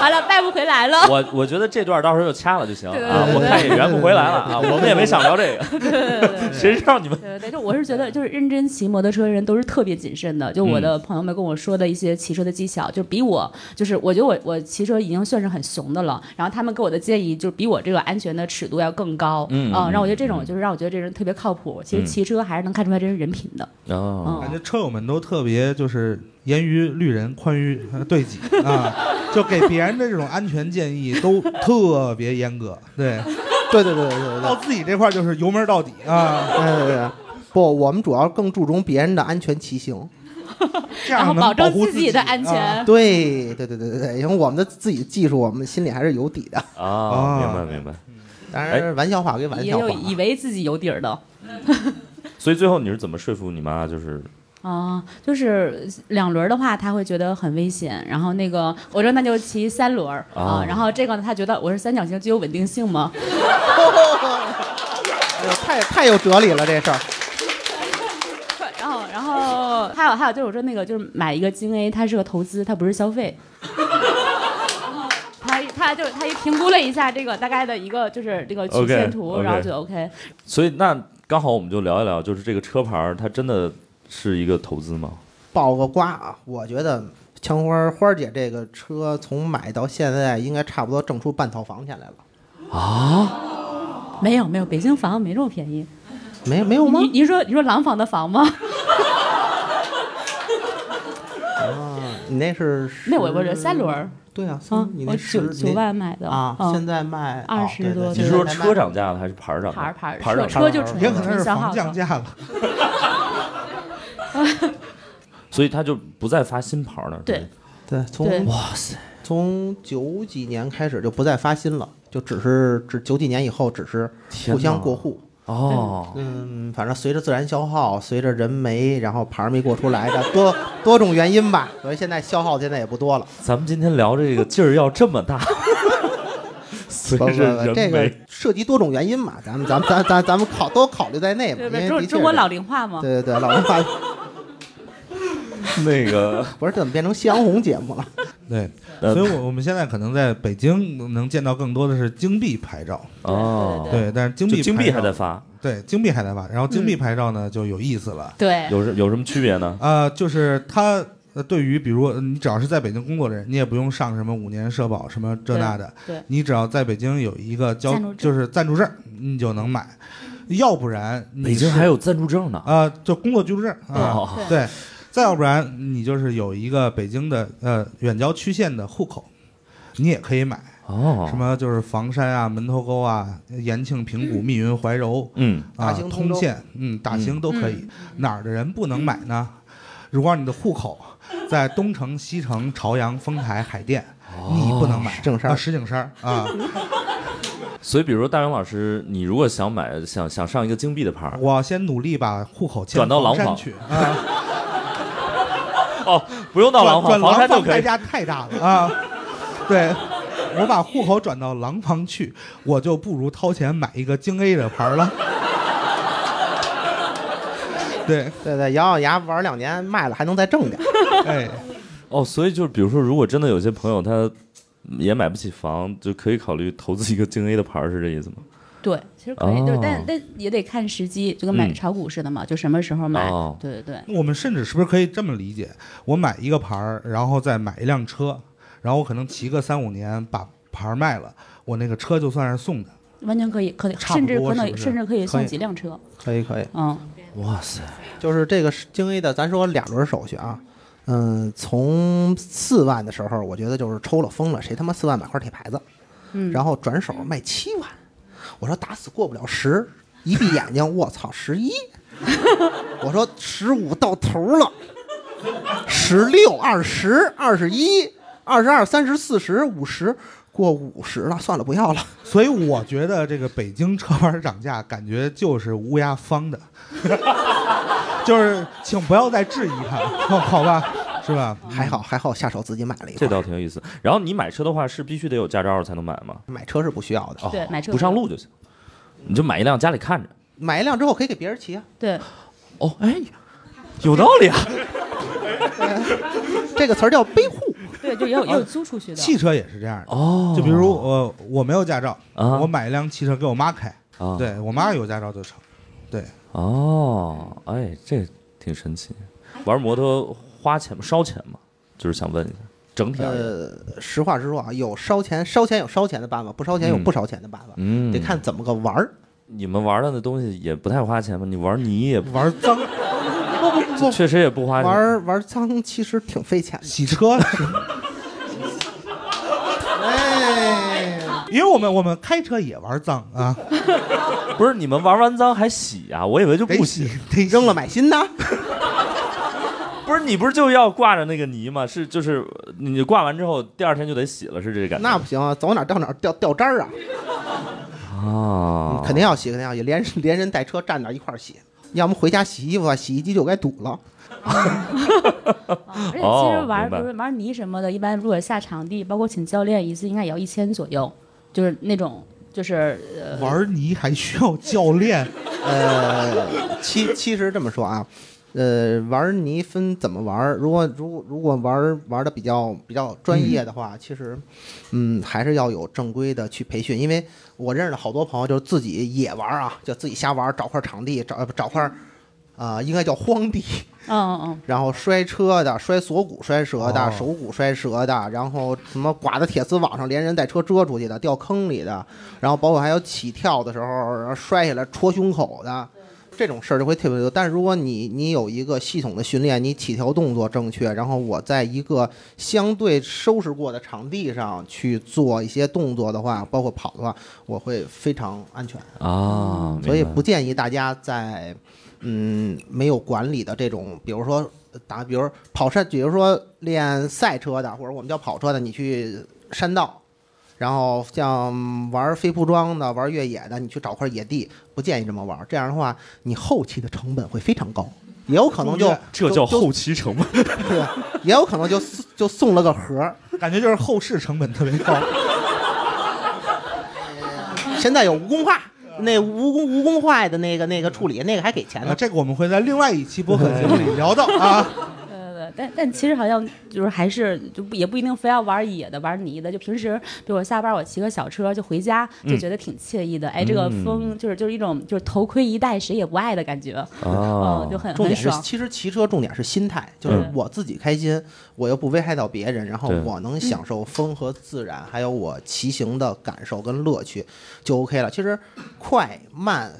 [SPEAKER 2] 完了带不回来了。
[SPEAKER 1] 我我觉得这段到时候就掐了就行
[SPEAKER 2] 对对
[SPEAKER 1] 啊，
[SPEAKER 2] 对
[SPEAKER 1] 我
[SPEAKER 2] 对
[SPEAKER 1] 看也圆不回来了啊，我们也没想聊这个，
[SPEAKER 2] 对对对对对
[SPEAKER 1] 谁知道你们
[SPEAKER 2] 对对对，就我是觉得，就是认真骑摩托车的人都是特别谨慎的。
[SPEAKER 1] 嗯
[SPEAKER 2] 就我的朋友们跟我说的一些骑车的技巧，就比我，就是我觉得我我骑车已经算是很熊的了。然后他们给我的建议，就是比我这个安全的尺度要更高。啊
[SPEAKER 1] 嗯嗯
[SPEAKER 2] 让我觉得这种就是让我觉得这人特别靠谱。其
[SPEAKER 1] 嗯
[SPEAKER 2] 实骑车还是能看出来这人人品的。
[SPEAKER 1] 哦，
[SPEAKER 4] 感
[SPEAKER 2] 嗯
[SPEAKER 4] 觉，车友们都特别就是严于律人，宽于呃对己 啊，就给别人的这种安全建议都特别严格。对，
[SPEAKER 3] 对对对对对
[SPEAKER 4] 到
[SPEAKER 3] 对，
[SPEAKER 4] 自己这块儿就是油门到底啊，
[SPEAKER 3] 哎对对对，不，我们主要更注重别人的安全骑行。
[SPEAKER 4] 这
[SPEAKER 2] 然
[SPEAKER 4] 样
[SPEAKER 2] 后
[SPEAKER 4] 能
[SPEAKER 2] 保证
[SPEAKER 4] 护
[SPEAKER 2] 己的安全。
[SPEAKER 4] 啊
[SPEAKER 3] 对对对对对对，因为我们的自己技术，我们心里还是有底的。
[SPEAKER 1] 啊，明白哎明白。
[SPEAKER 3] 哦当然，玩笑话归玩
[SPEAKER 2] 也
[SPEAKER 3] 笑
[SPEAKER 2] 有
[SPEAKER 3] 话
[SPEAKER 2] 以
[SPEAKER 3] 啊，
[SPEAKER 2] 为自己有底儿的。
[SPEAKER 1] 所以最后你是怎么说服你妈？就是
[SPEAKER 2] 啊、就是两轮儿的话，他会觉得很危险。然后那个，我说那就骑三轮儿啊、
[SPEAKER 1] 哦
[SPEAKER 2] 然后这个呢，他觉得我是三角形具有稳定性嘛。
[SPEAKER 3] 哎呦太太有哲理了这事儿。
[SPEAKER 2] 然后，然后还有还有就是我说那个就是买一个京 A，它是个投资，它不是消费。他他就是他也评估了一下这个大概的一个就是这个曲
[SPEAKER 1] OK，
[SPEAKER 2] 线图
[SPEAKER 1] OK
[SPEAKER 2] 然后就 OK。
[SPEAKER 1] 所以那刚好我们就聊一聊，就是这个车牌儿它真的是一个投资吗？
[SPEAKER 3] 爆个瓜啊！我觉得枪花花儿姐这个车从买到现在，应该差不多挣出半套房钱来了。
[SPEAKER 2] 哎没有没有，北京房没这么便宜。
[SPEAKER 3] 没没有吗
[SPEAKER 2] 你？你说你说廊坊的房 吗？
[SPEAKER 3] 啊你那是
[SPEAKER 2] 没有，我我
[SPEAKER 3] 是
[SPEAKER 2] 是三轮儿，
[SPEAKER 3] 对啊，
[SPEAKER 2] 啊
[SPEAKER 3] 三你，那
[SPEAKER 2] 我九
[SPEAKER 3] 十
[SPEAKER 2] 九万买的
[SPEAKER 3] 啊，
[SPEAKER 2] 嗯
[SPEAKER 3] 现在卖哦
[SPEAKER 2] 20
[SPEAKER 3] 对对
[SPEAKER 2] 多
[SPEAKER 1] 你
[SPEAKER 3] 现
[SPEAKER 1] 是
[SPEAKER 3] 在
[SPEAKER 1] 说
[SPEAKER 3] 卖
[SPEAKER 1] 车涨价了还是牌儿涨价？
[SPEAKER 2] 牌儿牌儿
[SPEAKER 1] 牌儿涨价
[SPEAKER 2] 车
[SPEAKER 1] 了。
[SPEAKER 2] 就
[SPEAKER 3] 牌儿
[SPEAKER 2] 纯
[SPEAKER 4] 也可能
[SPEAKER 2] 纯
[SPEAKER 4] 是
[SPEAKER 2] 消
[SPEAKER 4] 房
[SPEAKER 2] 耗
[SPEAKER 4] 降
[SPEAKER 2] 的。
[SPEAKER 4] 价了，
[SPEAKER 1] 所以它就不再发新牌儿了。
[SPEAKER 2] 对
[SPEAKER 1] 是吧，
[SPEAKER 3] 对，
[SPEAKER 2] 对
[SPEAKER 3] 从哇塞，从九几年开始就不再发新了，就只是只九几年以后只是
[SPEAKER 1] 天
[SPEAKER 3] 互相
[SPEAKER 1] 哪
[SPEAKER 3] 过户。
[SPEAKER 1] 哦，
[SPEAKER 3] 嗯，反正随着自然消耗，随着人没，然后牌儿没过出来的多多种原因吧，所以现在消耗现在也不多了。
[SPEAKER 1] 咱们今天聊这个劲儿要 这么大，随
[SPEAKER 3] 不不
[SPEAKER 1] 着
[SPEAKER 3] 不，
[SPEAKER 1] 人
[SPEAKER 3] 这个
[SPEAKER 1] 为
[SPEAKER 3] 涉及多种原因嘛，咱们咱们咱咱咱们考都考虑在内嘛，
[SPEAKER 2] 对
[SPEAKER 3] 因
[SPEAKER 2] 不
[SPEAKER 3] 为
[SPEAKER 2] 是中
[SPEAKER 3] 的确
[SPEAKER 2] 中国
[SPEAKER 3] 是
[SPEAKER 2] 老龄化嘛，
[SPEAKER 3] 对对对老龄化，
[SPEAKER 1] 那个
[SPEAKER 3] 不是怎么变成夕阳红节目了？
[SPEAKER 4] 对，
[SPEAKER 1] 呃
[SPEAKER 4] 所以我我们现在可能在北京能见到更多的是京 B 牌照，
[SPEAKER 1] 哦，
[SPEAKER 4] 对，嗯但是京
[SPEAKER 1] 就
[SPEAKER 4] B
[SPEAKER 1] 金币还
[SPEAKER 4] 牌照
[SPEAKER 1] 在发，
[SPEAKER 4] 对京 B 还在发，然后京 B 牌照呢就有意思了，
[SPEAKER 2] 对
[SPEAKER 1] 有什有什么区别呢？
[SPEAKER 4] 呃，就是它呃对于比如呃你只要是在北京工作的人，你也不用上什么五年社保什么这那的，
[SPEAKER 2] 对
[SPEAKER 4] 你只要在北京有一个交
[SPEAKER 2] 暂住证
[SPEAKER 4] 就是暂住证，你就能买，要不然你
[SPEAKER 1] 北京
[SPEAKER 4] 是
[SPEAKER 1] 还有暂住证呢。
[SPEAKER 4] 呃就工作居住证啊，
[SPEAKER 1] 哦，
[SPEAKER 4] 对，再要不然你就是有一个北京的呃远郊区县的户口，你也可以买。
[SPEAKER 1] 哦
[SPEAKER 4] 什么就是房山啊、门头沟啊、延庆、平谷、密云、怀柔
[SPEAKER 1] 嗯，
[SPEAKER 4] 啊、
[SPEAKER 3] 大兴
[SPEAKER 4] 通
[SPEAKER 3] 通州
[SPEAKER 4] 县，嗯，大兴都可以。
[SPEAKER 2] 嗯
[SPEAKER 4] 哪儿的人不能买呢？如果你的户口在东城、西城、朝阳、丰台、海淀，
[SPEAKER 1] 哦
[SPEAKER 4] 你不能买。
[SPEAKER 3] 石景山
[SPEAKER 4] 啊，石景山啊，
[SPEAKER 1] 所以比如说大勇老师，你如果想买想想上一个金币的牌儿，
[SPEAKER 4] 我先努力把户口迁
[SPEAKER 1] 转到廊
[SPEAKER 4] 房山
[SPEAKER 1] 坊
[SPEAKER 4] 去啊，
[SPEAKER 1] 哦，不用到廊坊，
[SPEAKER 4] 转
[SPEAKER 1] 房山
[SPEAKER 4] 廊
[SPEAKER 1] 就
[SPEAKER 4] 坊
[SPEAKER 1] 可
[SPEAKER 4] 代
[SPEAKER 1] 以。
[SPEAKER 4] 价太大了啊。对，我把户口转到廊坊去，我就不如掏钱买一个京 A 的牌儿了。对，
[SPEAKER 3] 对对，咬咬牙玩两年，卖了还能再挣点儿。
[SPEAKER 4] 哎，
[SPEAKER 1] 哦，所以就是比如说，如果真的有些朋友他也买不起房，就可以考虑投资一个京 A 的牌儿，是这意思吗？
[SPEAKER 2] 对，其实可以，就是但
[SPEAKER 1] 哦
[SPEAKER 2] 但也得看时机，就跟买
[SPEAKER 1] 嗯
[SPEAKER 2] 炒股似的嘛，就什么时候买
[SPEAKER 1] 哦，
[SPEAKER 2] 对对对。
[SPEAKER 4] 我们甚至是不是可以这么理解？我买一个牌儿，然后再买一辆车，然后我可能骑个三五年，把牌儿卖了，我那个车就算是送的。
[SPEAKER 2] 完全可以，可以，
[SPEAKER 4] 差不
[SPEAKER 2] 甚至
[SPEAKER 4] 多
[SPEAKER 2] 可
[SPEAKER 4] 是
[SPEAKER 2] 能
[SPEAKER 4] 不是
[SPEAKER 2] 甚至可以
[SPEAKER 3] 可
[SPEAKER 2] 送
[SPEAKER 3] 以
[SPEAKER 2] 几辆车，
[SPEAKER 3] 可以可以，
[SPEAKER 2] 嗯，
[SPEAKER 1] 哇塞，
[SPEAKER 3] 就是这个是京 A 的，咱说俩轮手续啊。嗯，从四万的时候，我觉得就是抽了风了，谁他妈四万买块铁牌子，
[SPEAKER 2] 嗯
[SPEAKER 3] 然后转手卖七万，我说打死过不了十，一闭眼睛，我操，十 一，我说十五到头了，十六、二十、二十一、二十二、三十、四十、五十，过五十了，算了，不要了。
[SPEAKER 4] 所以我觉得这个北京车牌涨价，感觉就是乌鸦方的， 就是请不要再质疑它， 好吧？ 是吧？
[SPEAKER 3] 嗯还好还好，下手自己买了一
[SPEAKER 1] 这
[SPEAKER 3] 块。
[SPEAKER 1] 倒挺有意思。然后你买车的话，是必须得有驾照才能买吗？
[SPEAKER 3] 买车是不需要的，
[SPEAKER 1] 哦，
[SPEAKER 2] 对买车
[SPEAKER 1] 不上路就行，你就买一辆家里看着。
[SPEAKER 3] 买一辆之后可以给别人骑啊。
[SPEAKER 2] 对，
[SPEAKER 1] 哦，哎，有道理啊。
[SPEAKER 3] 这个词儿叫背户，
[SPEAKER 2] 对，就也有也有租出去的。
[SPEAKER 4] 汽车也是这样的。
[SPEAKER 1] 哦
[SPEAKER 4] 就比如我我没有驾照，
[SPEAKER 1] 啊
[SPEAKER 4] 我买一辆汽车给我妈开，
[SPEAKER 1] 啊，
[SPEAKER 4] 对我妈有驾照就成。对，
[SPEAKER 1] 哦，哎，这挺神奇。玩摩托花钱吗？烧钱吗？就是想问一下，整体而言，
[SPEAKER 3] 呃，实话实说啊，有烧钱，烧钱有烧钱的办法，不烧钱有
[SPEAKER 1] 嗯
[SPEAKER 3] 不烧钱的办法，
[SPEAKER 1] 嗯，
[SPEAKER 3] 得看怎么个玩儿。
[SPEAKER 1] 你们玩的那东西也不太花钱吧？你玩泥也不
[SPEAKER 4] 玩 脏
[SPEAKER 3] 不不不，
[SPEAKER 1] 确实也不花钱。
[SPEAKER 3] 玩玩脏其实挺费钱的。
[SPEAKER 4] 哎洗车，
[SPEAKER 3] 哎，
[SPEAKER 4] 因为我们我们开车也玩脏啊，
[SPEAKER 1] 不是你们玩完脏还洗啊？我以为就
[SPEAKER 4] 得
[SPEAKER 1] 不
[SPEAKER 4] 洗
[SPEAKER 1] 洗。
[SPEAKER 4] 得洗
[SPEAKER 3] 扔了买新的。
[SPEAKER 1] 不是你不是就要挂着那个泥吗？是就是你挂完之后第二天就得洗了，是这个感觉？
[SPEAKER 3] 那不行啊，走哪儿掉哪儿掉掉渣儿啊！
[SPEAKER 4] 哦
[SPEAKER 1] 啊，
[SPEAKER 3] 肯定要洗，肯定要洗，连连人带车站那儿一块儿洗。要么回家洗衣服啊，洗衣机就该堵了。
[SPEAKER 2] 而且其
[SPEAKER 1] 哦
[SPEAKER 2] 实玩，
[SPEAKER 1] 明
[SPEAKER 2] 比
[SPEAKER 1] 白
[SPEAKER 2] 如玩泥什么的，一般如果下场地，包括请教练一次，应该也要一千左右，就是那种就是呃，
[SPEAKER 4] 玩泥还需要教练，
[SPEAKER 3] 呃，其其实这么说啊，呃，玩泥分怎么玩儿。如果如果如果玩玩的比较比较专业的话，其实，嗯，还是要有正规的去培训。因为我认识了好多朋友，就是自己也玩啊，就自己瞎玩，找块场地，找呃找块，啊、应该叫荒地，
[SPEAKER 2] 嗯嗯
[SPEAKER 3] 然后摔车的、摔锁骨摔折的、
[SPEAKER 1] 哦
[SPEAKER 3] 手骨摔折的，然后什么刮到铁丝网上连人带车遮出去的、掉坑里的，然后包括还有起跳的时候然后摔下来戳胸口的，这种事儿就会特别多。但是如果你你有一个系统的训练，你起跳动作正确，然后我在一个相对收拾过的场地上去做一些动作的话，包括跑的话，我会非常安全。
[SPEAKER 1] 啊，
[SPEAKER 3] 所以
[SPEAKER 1] 明白
[SPEAKER 3] 不建议大家在嗯没有管理的这种，比如说打，比如跑山，比如说练赛车的，或者我们叫跑车的，你去山道。然后像玩非铺装的、玩越野的，你去找块野地，不建议这么玩。这样的话，你后期的成本会非常高，也有可能就
[SPEAKER 4] 中间
[SPEAKER 1] 这
[SPEAKER 3] 就
[SPEAKER 1] 叫
[SPEAKER 3] 就
[SPEAKER 1] 后期成 本。
[SPEAKER 3] 对吧 也有可能就送就送了个盒儿。
[SPEAKER 4] 感觉就是后世成本特别高。
[SPEAKER 3] 现在有蜈蚣化，那蜈蚣蜈蚣坏的那个那个处理，那个还给钱
[SPEAKER 4] 啊，
[SPEAKER 3] 呢。
[SPEAKER 4] 这个我们会在另外一期播客节目里聊到 啊。
[SPEAKER 2] 嗯，对对。但但其实好像就是还是就不也不一定非要玩野的、玩泥的，就平时比如我下班我骑个小车就回家，
[SPEAKER 4] 嗯
[SPEAKER 2] 就觉得挺惬意的。哎，这个风就是就是一种就是头盔一戴谁也不爱的感觉，
[SPEAKER 1] 啊
[SPEAKER 2] 嗯，就很
[SPEAKER 3] 重
[SPEAKER 2] 很
[SPEAKER 3] 点是，
[SPEAKER 2] 爽。
[SPEAKER 3] 其实骑车重点是心态，就是
[SPEAKER 2] 嗯
[SPEAKER 3] 我自己开心，我又不危害到别人，然后
[SPEAKER 1] 对
[SPEAKER 3] 我
[SPEAKER 2] 嗯
[SPEAKER 3] 能享受风和自然，还有我骑行的感受跟乐趣，就 OK 了。其实快慢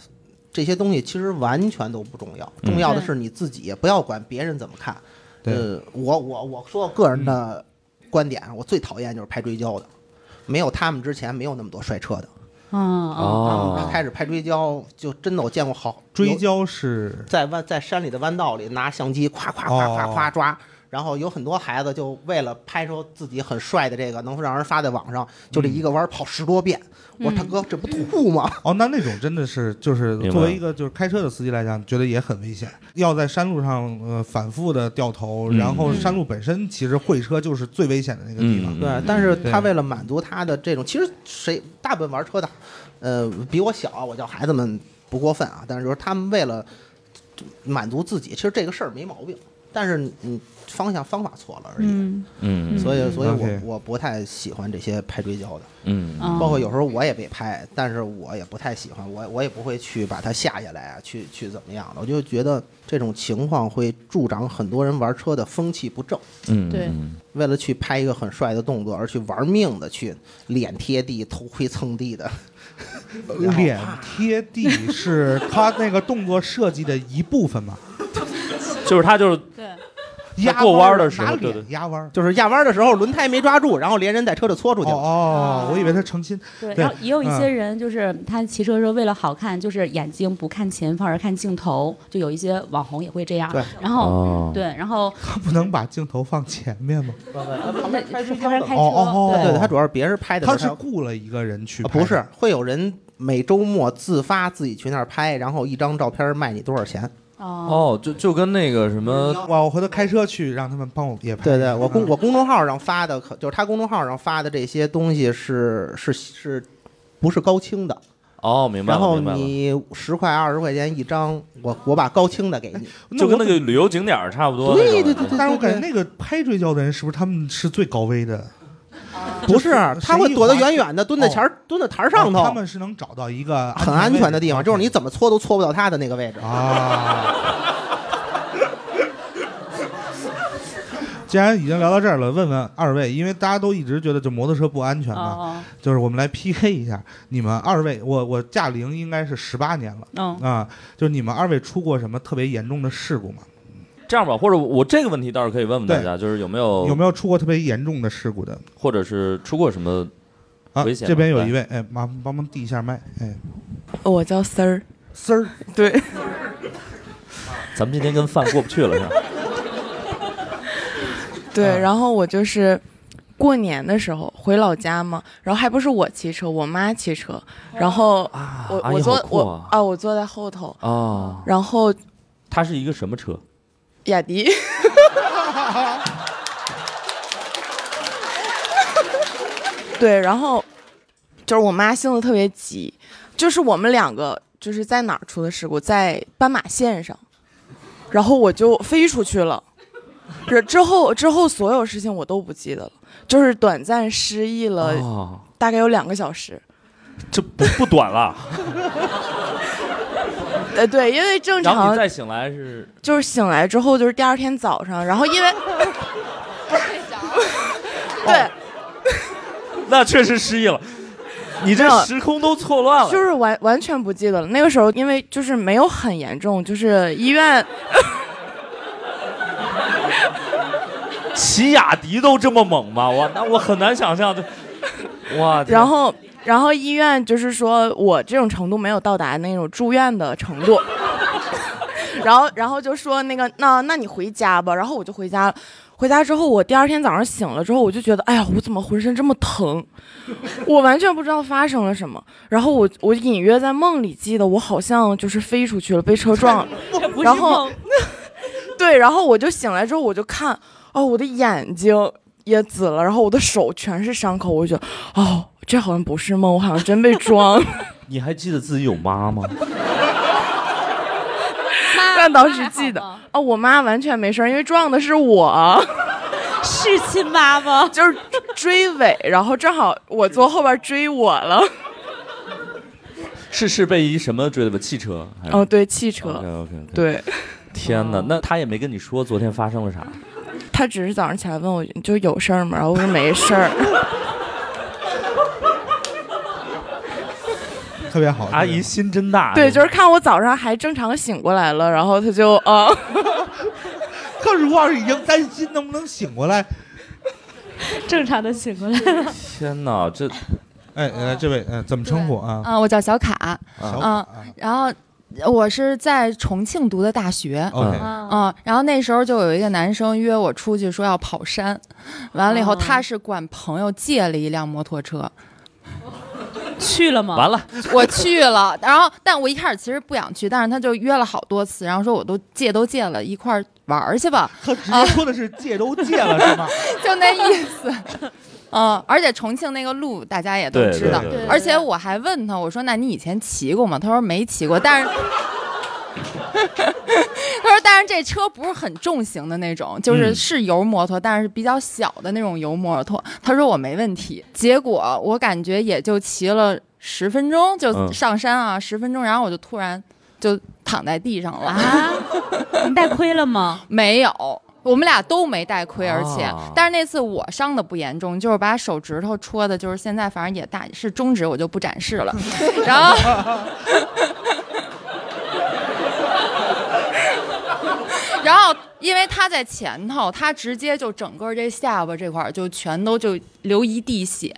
[SPEAKER 3] 这些东西其实完全都不重要，重要的
[SPEAKER 2] 对
[SPEAKER 3] 是你自己，不要管别人怎么看。
[SPEAKER 4] 对
[SPEAKER 3] 呃，我我我说我个人的观点，我最讨厌就是拍追焦的。没有他们之前，没有那么多摔车的。
[SPEAKER 2] 嗯嗯
[SPEAKER 1] 哦
[SPEAKER 3] 开始拍追焦，就真的我见过好
[SPEAKER 4] 追
[SPEAKER 3] 有
[SPEAKER 4] 焦是
[SPEAKER 3] 在弯在山里的弯道里拿相机夸夸夸夸夸抓，然后有很多孩子就为了拍出自己很帅的这个，能让人发在网上，就这一个弯儿跑十多遍。我说大哥，这不吐吗？
[SPEAKER 4] 哦，那那种真的是就是
[SPEAKER 1] 明白
[SPEAKER 4] 作为一个就是开车的司机来讲，觉得也很危险，要在山路上呃反复的掉头，
[SPEAKER 1] 嗯
[SPEAKER 4] 然后山路本身其实会车就是最危险的那个地方。
[SPEAKER 1] 嗯
[SPEAKER 3] 对，但是他
[SPEAKER 4] 对
[SPEAKER 3] 为了满足他的这种，其实谁大部分玩车的，呃，比我小啊，我叫孩子们不过分啊，但是就是他们为了满足自己，其实这个事儿没毛病，但是嗯，方向方法错了而已。
[SPEAKER 2] 嗯
[SPEAKER 1] 嗯
[SPEAKER 3] 所以，所以我
[SPEAKER 4] OK
[SPEAKER 3] 我不太喜欢这些拍追焦的。
[SPEAKER 1] 嗯
[SPEAKER 2] 嗯，
[SPEAKER 3] 包括有时候我也被拍，但是我也不太喜欢，我我也不会去把它下下来啊，去去怎么样的，我就觉得这种情况会助长很多人玩车的风气不正，
[SPEAKER 1] 嗯，
[SPEAKER 2] 对
[SPEAKER 1] 嗯
[SPEAKER 3] 为了去拍一个很帅的动作而去玩命的去脸贴地、头盔蹭地的，
[SPEAKER 4] 呃脸贴 地是他那个动作设计的一部分嘛？
[SPEAKER 1] 就是他就是
[SPEAKER 2] 对。
[SPEAKER 4] 压
[SPEAKER 1] 过弯
[SPEAKER 4] 儿
[SPEAKER 1] 儿的时候
[SPEAKER 4] 拿
[SPEAKER 1] 对
[SPEAKER 4] 脸压弯儿。
[SPEAKER 3] 就是压弯的时候轮胎没抓住，然后连人带车就搓出去
[SPEAKER 4] 哦
[SPEAKER 3] 了。
[SPEAKER 4] 哦，我以为他成亲。
[SPEAKER 2] 啊对，
[SPEAKER 4] 对
[SPEAKER 2] 然后也有一些
[SPEAKER 4] 嗯
[SPEAKER 2] 人，就是他骑车的时候为了好看，就是眼睛不看前方而看镜头，就有一些网红也会这样。
[SPEAKER 3] 对
[SPEAKER 2] 然后
[SPEAKER 1] 哦
[SPEAKER 2] 对，然 后
[SPEAKER 4] 他不能把镜头放前面吗？
[SPEAKER 3] 旁
[SPEAKER 2] 那
[SPEAKER 3] 边拍
[SPEAKER 2] 是
[SPEAKER 3] 追焦
[SPEAKER 2] 旁边
[SPEAKER 3] 的
[SPEAKER 2] 开
[SPEAKER 3] 嘛，
[SPEAKER 2] 车，
[SPEAKER 4] 哦哦哦
[SPEAKER 3] 对
[SPEAKER 2] 对
[SPEAKER 3] 对，他主要是别人拍的时
[SPEAKER 4] 他
[SPEAKER 3] 候，
[SPEAKER 4] 是
[SPEAKER 3] 要
[SPEAKER 4] 雇了一个人去
[SPEAKER 3] 啊
[SPEAKER 4] 拍、
[SPEAKER 3] 不是会有人每周末自发自己去那儿拍，然后一张照片卖你多少钱？
[SPEAKER 2] 哦
[SPEAKER 1] 哦，就就跟那个什么，
[SPEAKER 4] 哇，我回头开车去让他们帮我也拍。
[SPEAKER 3] 对对，我公
[SPEAKER 4] 嗯
[SPEAKER 3] 我公众号上发的，可就是他公众号上发的这些东西是是是，不是高清的，
[SPEAKER 1] 哦，明白
[SPEAKER 3] 然
[SPEAKER 1] 了，
[SPEAKER 3] 后
[SPEAKER 1] 明白了
[SPEAKER 3] 你十块二十块钱一张，我我把高清的
[SPEAKER 4] 哎
[SPEAKER 3] 给你。
[SPEAKER 1] 就跟那个旅游景点儿差不多那种感觉。
[SPEAKER 3] 对对 对对，
[SPEAKER 4] 但是我
[SPEAKER 3] 对
[SPEAKER 4] 感觉那个拍追焦的人是不是他们是最高危的？
[SPEAKER 3] 不是，啊他会躲得远远的，蹲在
[SPEAKER 4] 哦
[SPEAKER 3] 前儿蹲在台儿上头，
[SPEAKER 4] 他们是能找到一个
[SPEAKER 3] 很安全的地
[SPEAKER 4] 位
[SPEAKER 3] 方，就是你怎么搓都搓不到他的那个位置。
[SPEAKER 4] 啊。既然已经聊到这儿了，问问二位，因为大家都一直觉得这摩托车不安全嘛，
[SPEAKER 2] 哦
[SPEAKER 4] 就是我们来 PK 一下，你们二位，我我驾龄应该是十八年了。
[SPEAKER 3] 嗯
[SPEAKER 2] 哦，
[SPEAKER 4] 啊，就是你们二位出过什么特别严重的事故吗？
[SPEAKER 1] 哦这样吧，或者我这个问题倒是可以问问大
[SPEAKER 4] 对
[SPEAKER 1] 家，就是有没有
[SPEAKER 4] 有没有出过特别严重的事故的？
[SPEAKER 1] 或者是出过什么？
[SPEAKER 4] 啊，
[SPEAKER 1] 危险吗
[SPEAKER 4] 这边有一位，哎，麻烦帮忙递一下麦，哎，
[SPEAKER 5] 呃我叫丝儿，
[SPEAKER 4] 丝儿，
[SPEAKER 5] 对，
[SPEAKER 1] 咱们今天跟饭过不去了是吧？
[SPEAKER 5] 对，
[SPEAKER 4] 啊
[SPEAKER 5] 然后我就是过年的时候回老家嘛，然后还不是我骑车，我妈骑车，然后我、
[SPEAKER 1] 哦啊阿
[SPEAKER 5] 我
[SPEAKER 1] 姨
[SPEAKER 5] 坐
[SPEAKER 1] 好酷
[SPEAKER 5] 我
[SPEAKER 1] 啊！
[SPEAKER 5] 啊我坐在后头，
[SPEAKER 1] 啊，
[SPEAKER 5] 然后
[SPEAKER 1] 它是一个什么车？
[SPEAKER 5] 雅迪对，然后就是我妈性子特别急，就是我们两个就是在哪儿出的事故，在斑马线上，然后我就飞出去了。这之后之后所有事情我都不记得了，就是短暂失忆了，
[SPEAKER 1] 啊，
[SPEAKER 5] 大概有两个小时。
[SPEAKER 1] 这不不短 了。
[SPEAKER 5] 呃，对，因为正
[SPEAKER 1] 然后你
[SPEAKER 5] 常
[SPEAKER 1] 再醒来是
[SPEAKER 5] 就是醒来之后就是第二天早上，然后因为对，
[SPEAKER 1] 那确实失忆了，你这
[SPEAKER 5] 没有
[SPEAKER 1] 时空都错乱了。
[SPEAKER 5] 就是完完全不记得了。那个时候因为就是没有很严重，就是医院
[SPEAKER 1] 骑雅迪都这么猛吗？我那我很难想象的。哇，天
[SPEAKER 5] 然后然后医院就是说我这种程度没有到达那种住院的程度， 然后然后就说那个那那你回家吧，然后我就回家了。回家之后，我第二天早上醒了之后，我就觉得，哎呀，我怎么浑身这么疼？我完全不知道发生了什么。然后我我隐约在梦里记得，我好像就是飞出去了，被车撞了。然后， 对，然后我就醒来之后，我就看，哦，我的眼睛也紫了，然后我的手全是伤口，我就觉得，哦，这好像不是梦，我好像真 被撞了。
[SPEAKER 1] 你还记得自己有妈吗？
[SPEAKER 5] 但当时记得，哦，我妈完全没事儿，因为撞的是我，
[SPEAKER 2] 是亲妈吗？
[SPEAKER 5] 就是追尾，然后正好我坐后边追我了。
[SPEAKER 1] 是是被一什么追的吧？汽车还是？
[SPEAKER 5] 哦，对，汽车，
[SPEAKER 1] OK OK，
[SPEAKER 5] 对哦
[SPEAKER 1] 天哪，那他也没跟你说昨天发生了啥？
[SPEAKER 5] 他只是早上起来问我，你就有事儿吗？然后我说没事儿。
[SPEAKER 4] 特别好，
[SPEAKER 1] 阿姨心真大。
[SPEAKER 5] 对，
[SPEAKER 1] 这
[SPEAKER 5] 就是看我早上还正常醒过来了，然后他就啊，
[SPEAKER 4] 可是我要是已经担心能不能醒过 来。
[SPEAKER 2] 正常的醒过来了。
[SPEAKER 1] 天哪，这
[SPEAKER 4] 哎，来这位，嗯，怎么称呼啊？
[SPEAKER 6] 啊，我叫小卡，
[SPEAKER 4] 小
[SPEAKER 6] 啊
[SPEAKER 4] 啊
[SPEAKER 6] 然后我是在重庆读的大学。
[SPEAKER 4] ，OK，
[SPEAKER 6] 嗯，
[SPEAKER 2] 啊
[SPEAKER 6] 然后那时候就有一个男生约我出去说要跑山，完了以后
[SPEAKER 2] 哦
[SPEAKER 6] 他是管朋友借了一辆摩托车，
[SPEAKER 2] 去了吗？
[SPEAKER 1] 完 了，
[SPEAKER 6] 我 去了，然后但我一开始其实不想去，但是他就约了好多次，然后说我都借都借了，一块儿玩儿去吧，啊
[SPEAKER 4] 他直接说的是借都借了是吗？
[SPEAKER 6] 就那意思。嗯，而且重庆那个路大家也都
[SPEAKER 1] 对
[SPEAKER 6] 知道，
[SPEAKER 1] 对
[SPEAKER 6] 而且我还问他，我说那你以前骑过吗？他说没骑过， 但是。他说：“但是这车不是很重型的那种，就是
[SPEAKER 1] 嗯
[SPEAKER 6] 是油摩托，但是比较小的那种油摩托。”他说：“我没问题。”结果我感觉也就骑了十分钟，就
[SPEAKER 1] 嗯
[SPEAKER 6] 上山啊，十分钟，然后我就突然就躺在地上了。
[SPEAKER 2] 啊，你带亏了吗？
[SPEAKER 6] 没有，我们俩都没带亏，而且，
[SPEAKER 1] 啊
[SPEAKER 6] 但是那次我伤的不严重，就是把手指头戳的，就是现在反正也大，是中指，我就不展示了。然后， 然后因为他在前头，他直接就整个这下巴这块儿就全都就流一地血，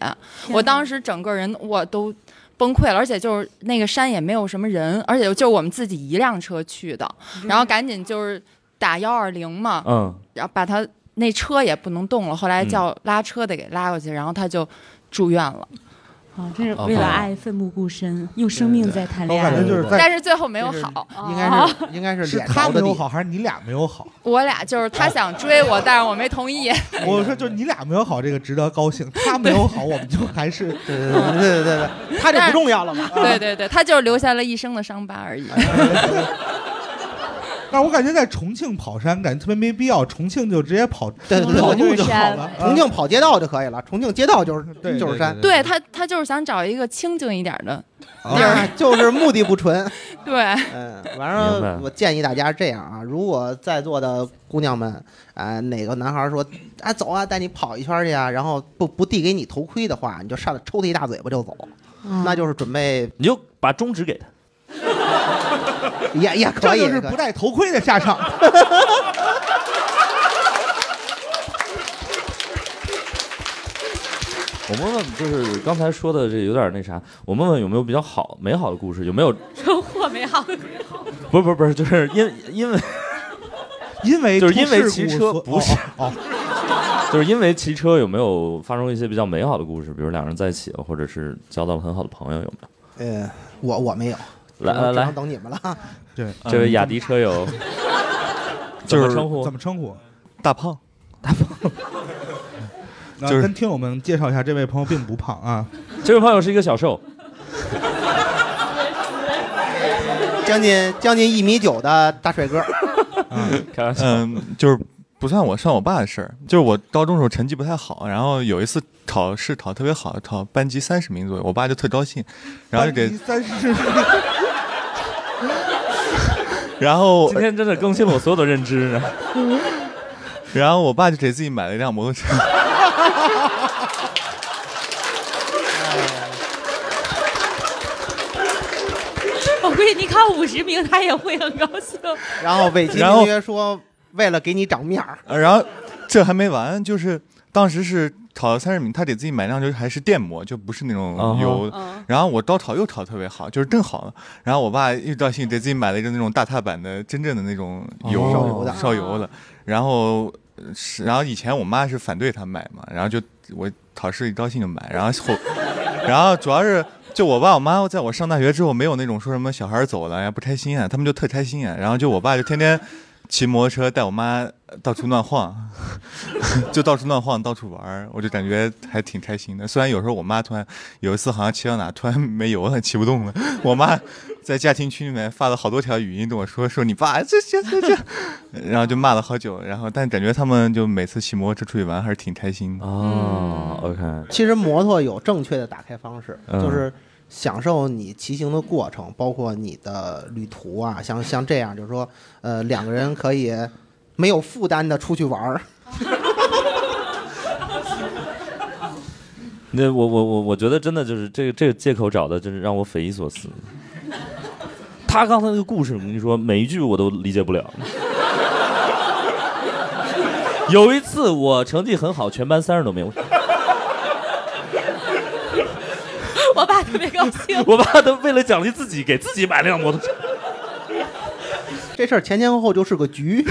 [SPEAKER 6] 我当时整个人我都。崩溃了，而且就是那个山也没有什么人，而且就是我们自己一辆车去的，
[SPEAKER 2] 嗯
[SPEAKER 6] 然后赶紧就是打幺二零嘛，
[SPEAKER 1] 嗯，
[SPEAKER 6] 然后把他那车也不能动了，后来叫拉车的给拉过去，然后他就住院了。
[SPEAKER 2] 啊，这是
[SPEAKER 1] 啊
[SPEAKER 4] 哦
[SPEAKER 2] 为了
[SPEAKER 1] 啊
[SPEAKER 2] 爱奋不顾身，用生命在谈
[SPEAKER 4] 我
[SPEAKER 2] 恋爱。
[SPEAKER 4] 感觉就是在
[SPEAKER 6] 但是最后没有好，哦
[SPEAKER 3] 应该是 应该是
[SPEAKER 4] 是
[SPEAKER 3] 脸
[SPEAKER 4] 他
[SPEAKER 3] 着
[SPEAKER 4] 没
[SPEAKER 3] 的
[SPEAKER 4] 有
[SPEAKER 3] 地，
[SPEAKER 4] 好还是你俩没有好？
[SPEAKER 6] 我俩就是他想追我，但是我没同意。
[SPEAKER 3] 哎
[SPEAKER 4] 我说就是你俩没有好，这个值得高兴。他没有好，我们就还是
[SPEAKER 3] 对对对对对对， 他这不重要 了啊哎嘛？
[SPEAKER 6] 对对对，他就是留下了一生的伤疤而已。
[SPEAKER 4] 但是我感觉在重庆跑山，感觉特别没必要。重庆就直接跑
[SPEAKER 3] 对对对
[SPEAKER 4] 跑路就
[SPEAKER 2] 重庆
[SPEAKER 4] 好
[SPEAKER 2] 山
[SPEAKER 4] 了。
[SPEAKER 3] 重庆跑街道就可以了，重庆街道 就是
[SPEAKER 4] 对
[SPEAKER 3] 就是山，
[SPEAKER 6] 对他，他就是想找一个清静一点的。
[SPEAKER 4] 啊
[SPEAKER 3] 那 就是目的不纯。
[SPEAKER 6] 对，
[SPEAKER 3] 嗯，完
[SPEAKER 1] 明白
[SPEAKER 3] 了，我建议大家这样啊，如果在座的姑娘们，啊、哪个男孩说，啊，走啊，带你跑一圈去啊，然后不不递给你头盔的话，你就上来抽他一大嘴巴就走，那就是准备
[SPEAKER 1] 你就把中指给他。
[SPEAKER 3] 也也可
[SPEAKER 4] 这
[SPEAKER 3] 以，
[SPEAKER 4] 就是
[SPEAKER 3] 可以
[SPEAKER 4] 不戴头盔的下 场。
[SPEAKER 1] 我问问，就是刚才说的这有点那啥，我问问有没有比较好美好的故事？有没有？
[SPEAKER 2] 收获美好的
[SPEAKER 1] 不是不是不是，就是因 因为
[SPEAKER 4] 因为
[SPEAKER 1] 就是因为
[SPEAKER 4] 出事
[SPEAKER 1] 骑
[SPEAKER 4] 故
[SPEAKER 1] 车
[SPEAKER 4] 所
[SPEAKER 1] 不是
[SPEAKER 4] 哦，哦
[SPEAKER 1] 就是因为骑车有没有发生一些比较美好的故事？比如两人在一起了，或者是交到了很好的朋友，有没有？
[SPEAKER 3] 呃，我我没有，
[SPEAKER 1] 来来
[SPEAKER 3] 只能
[SPEAKER 1] 来，
[SPEAKER 3] 等你们了啊，
[SPEAKER 4] 对，
[SPEAKER 1] 这位雅迪车 友，
[SPEAKER 7] 就
[SPEAKER 1] 怎么
[SPEAKER 7] 是
[SPEAKER 1] 称呼
[SPEAKER 4] 哦怎么称呼？
[SPEAKER 7] 大 胖，
[SPEAKER 4] 那
[SPEAKER 7] 就是
[SPEAKER 4] 跟听友们介绍一下，这位朋友并不胖啊，
[SPEAKER 1] 这位朋友是一个小瘦，
[SPEAKER 3] 将近将近一米九的大 帅哥，
[SPEAKER 1] 开玩笑，
[SPEAKER 7] 嗯，就是不算我上我爸的事儿，就是我高中时候成绩不太好，然后有一次考试考特别好，考班级三十名左右，我爸就特高兴，然后就给
[SPEAKER 4] 班级，三十，
[SPEAKER 7] 然后
[SPEAKER 1] 今天真的更新了我所有的认知呢。
[SPEAKER 7] 然后我爸就给自己买了一辆摩托车，
[SPEAKER 2] 我估计你考五十名，他也会很高兴。
[SPEAKER 3] 然后尾期
[SPEAKER 7] 然后呃
[SPEAKER 3] 名曰说，为了给你长面儿，
[SPEAKER 7] 然后这还没完，就是当时是考了三十名，他给自己买辆就是还是电摩，就不是那
[SPEAKER 1] 啊
[SPEAKER 7] 种
[SPEAKER 1] 哈
[SPEAKER 7] 油。
[SPEAKER 2] 嗯
[SPEAKER 7] 然后我高考又考得特别好，就是更好了。然后我爸又高兴，给自己买了一个那种大踏板的真正的那种油、
[SPEAKER 1] 哦
[SPEAKER 3] 烧油的
[SPEAKER 7] 烧油的。然后呃是，然后以前我妈是反对他买嘛，然后就我考试一高兴就买，然后后， 然后主要是。就我爸我妈在我上大学之后，没有那种说什么小孩走了呀不开心啊，他们就特开心啊。然后就我爸就天天骑摩托车带我妈到处乱晃， 就到处乱晃，到处玩儿，我就感觉还挺开心的。虽然有时候我妈突然有一次好像骑到哪突然没油了，骑不动了，我妈在家庭群里面发了好多条语音跟我说说你爸这这这这，然后就骂了好久。然后但感觉他们就每次骑摩托车出去玩还是挺开心的。
[SPEAKER 1] 哦，OK，
[SPEAKER 4] 嗯
[SPEAKER 3] 其实摩托有正确的打开方式，
[SPEAKER 1] 嗯
[SPEAKER 3] 就是享受你骑行的过程，包括你的旅途啊，像像这样，就是说，呃，两个人可以没有负担的出去玩儿。
[SPEAKER 1] 那我我我我觉得真的就是这个这个借口找的，真是让我匪夷所思。 他刚才那个故事，我跟你说，每一句我都理解不了。 有一次我成绩很好，全班三十多名， 我
[SPEAKER 2] 我爸特别高兴。
[SPEAKER 1] 我爸都为了奖励自己，给自己买了辆摩托车。
[SPEAKER 3] 这事儿前前后后就是个局，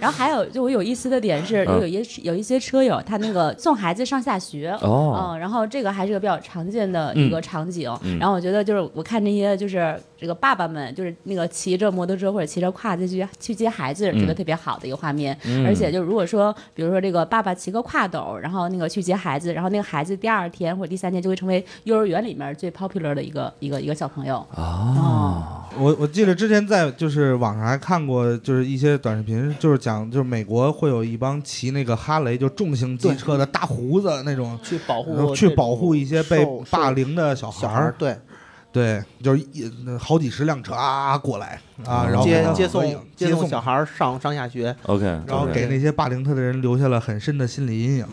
[SPEAKER 2] 然后还有就我有意思的点是，
[SPEAKER 1] 嗯
[SPEAKER 2] 有一些有一些车友他那个送孩子上下学，
[SPEAKER 1] 哦
[SPEAKER 2] 嗯，然后这个还是个比较常见的一个场景。
[SPEAKER 1] 嗯
[SPEAKER 2] 然后我觉得就是我看那些就是这个爸爸们就是那个骑着摩托车或者骑着跨子去去接孩子，觉得特别好的一个画面。
[SPEAKER 1] 嗯
[SPEAKER 2] 而且就如果说比如说这个爸爸骑个跨斗，然后那个去接孩子，然后那个孩子第二天或者第三天就会成为幼儿园里面最 popular 的一个一个一个小朋
[SPEAKER 1] 啊
[SPEAKER 2] 友。哦，
[SPEAKER 4] 我我记得之前在就是网上还看过，就是一些短视频，就是讲就是美国会有一帮骑那个哈雷就重型机车的大胡子那种，
[SPEAKER 3] 去保
[SPEAKER 4] 然嗯后去保护一些被
[SPEAKER 3] 受
[SPEAKER 4] 霸凌的小
[SPEAKER 3] 小
[SPEAKER 4] 孩
[SPEAKER 3] 孩儿
[SPEAKER 4] 儿，，
[SPEAKER 3] 对，
[SPEAKER 4] 对，就是一那好几十辆车啊过来
[SPEAKER 1] 哦
[SPEAKER 4] 啊，然后
[SPEAKER 3] 接
[SPEAKER 4] 给
[SPEAKER 3] 接
[SPEAKER 4] 合影
[SPEAKER 3] 送接送小孩儿上上下学，
[SPEAKER 1] OK，
[SPEAKER 4] 然后
[SPEAKER 1] OK
[SPEAKER 4] 给那些霸凌他的人留下了很深的心理阴 影。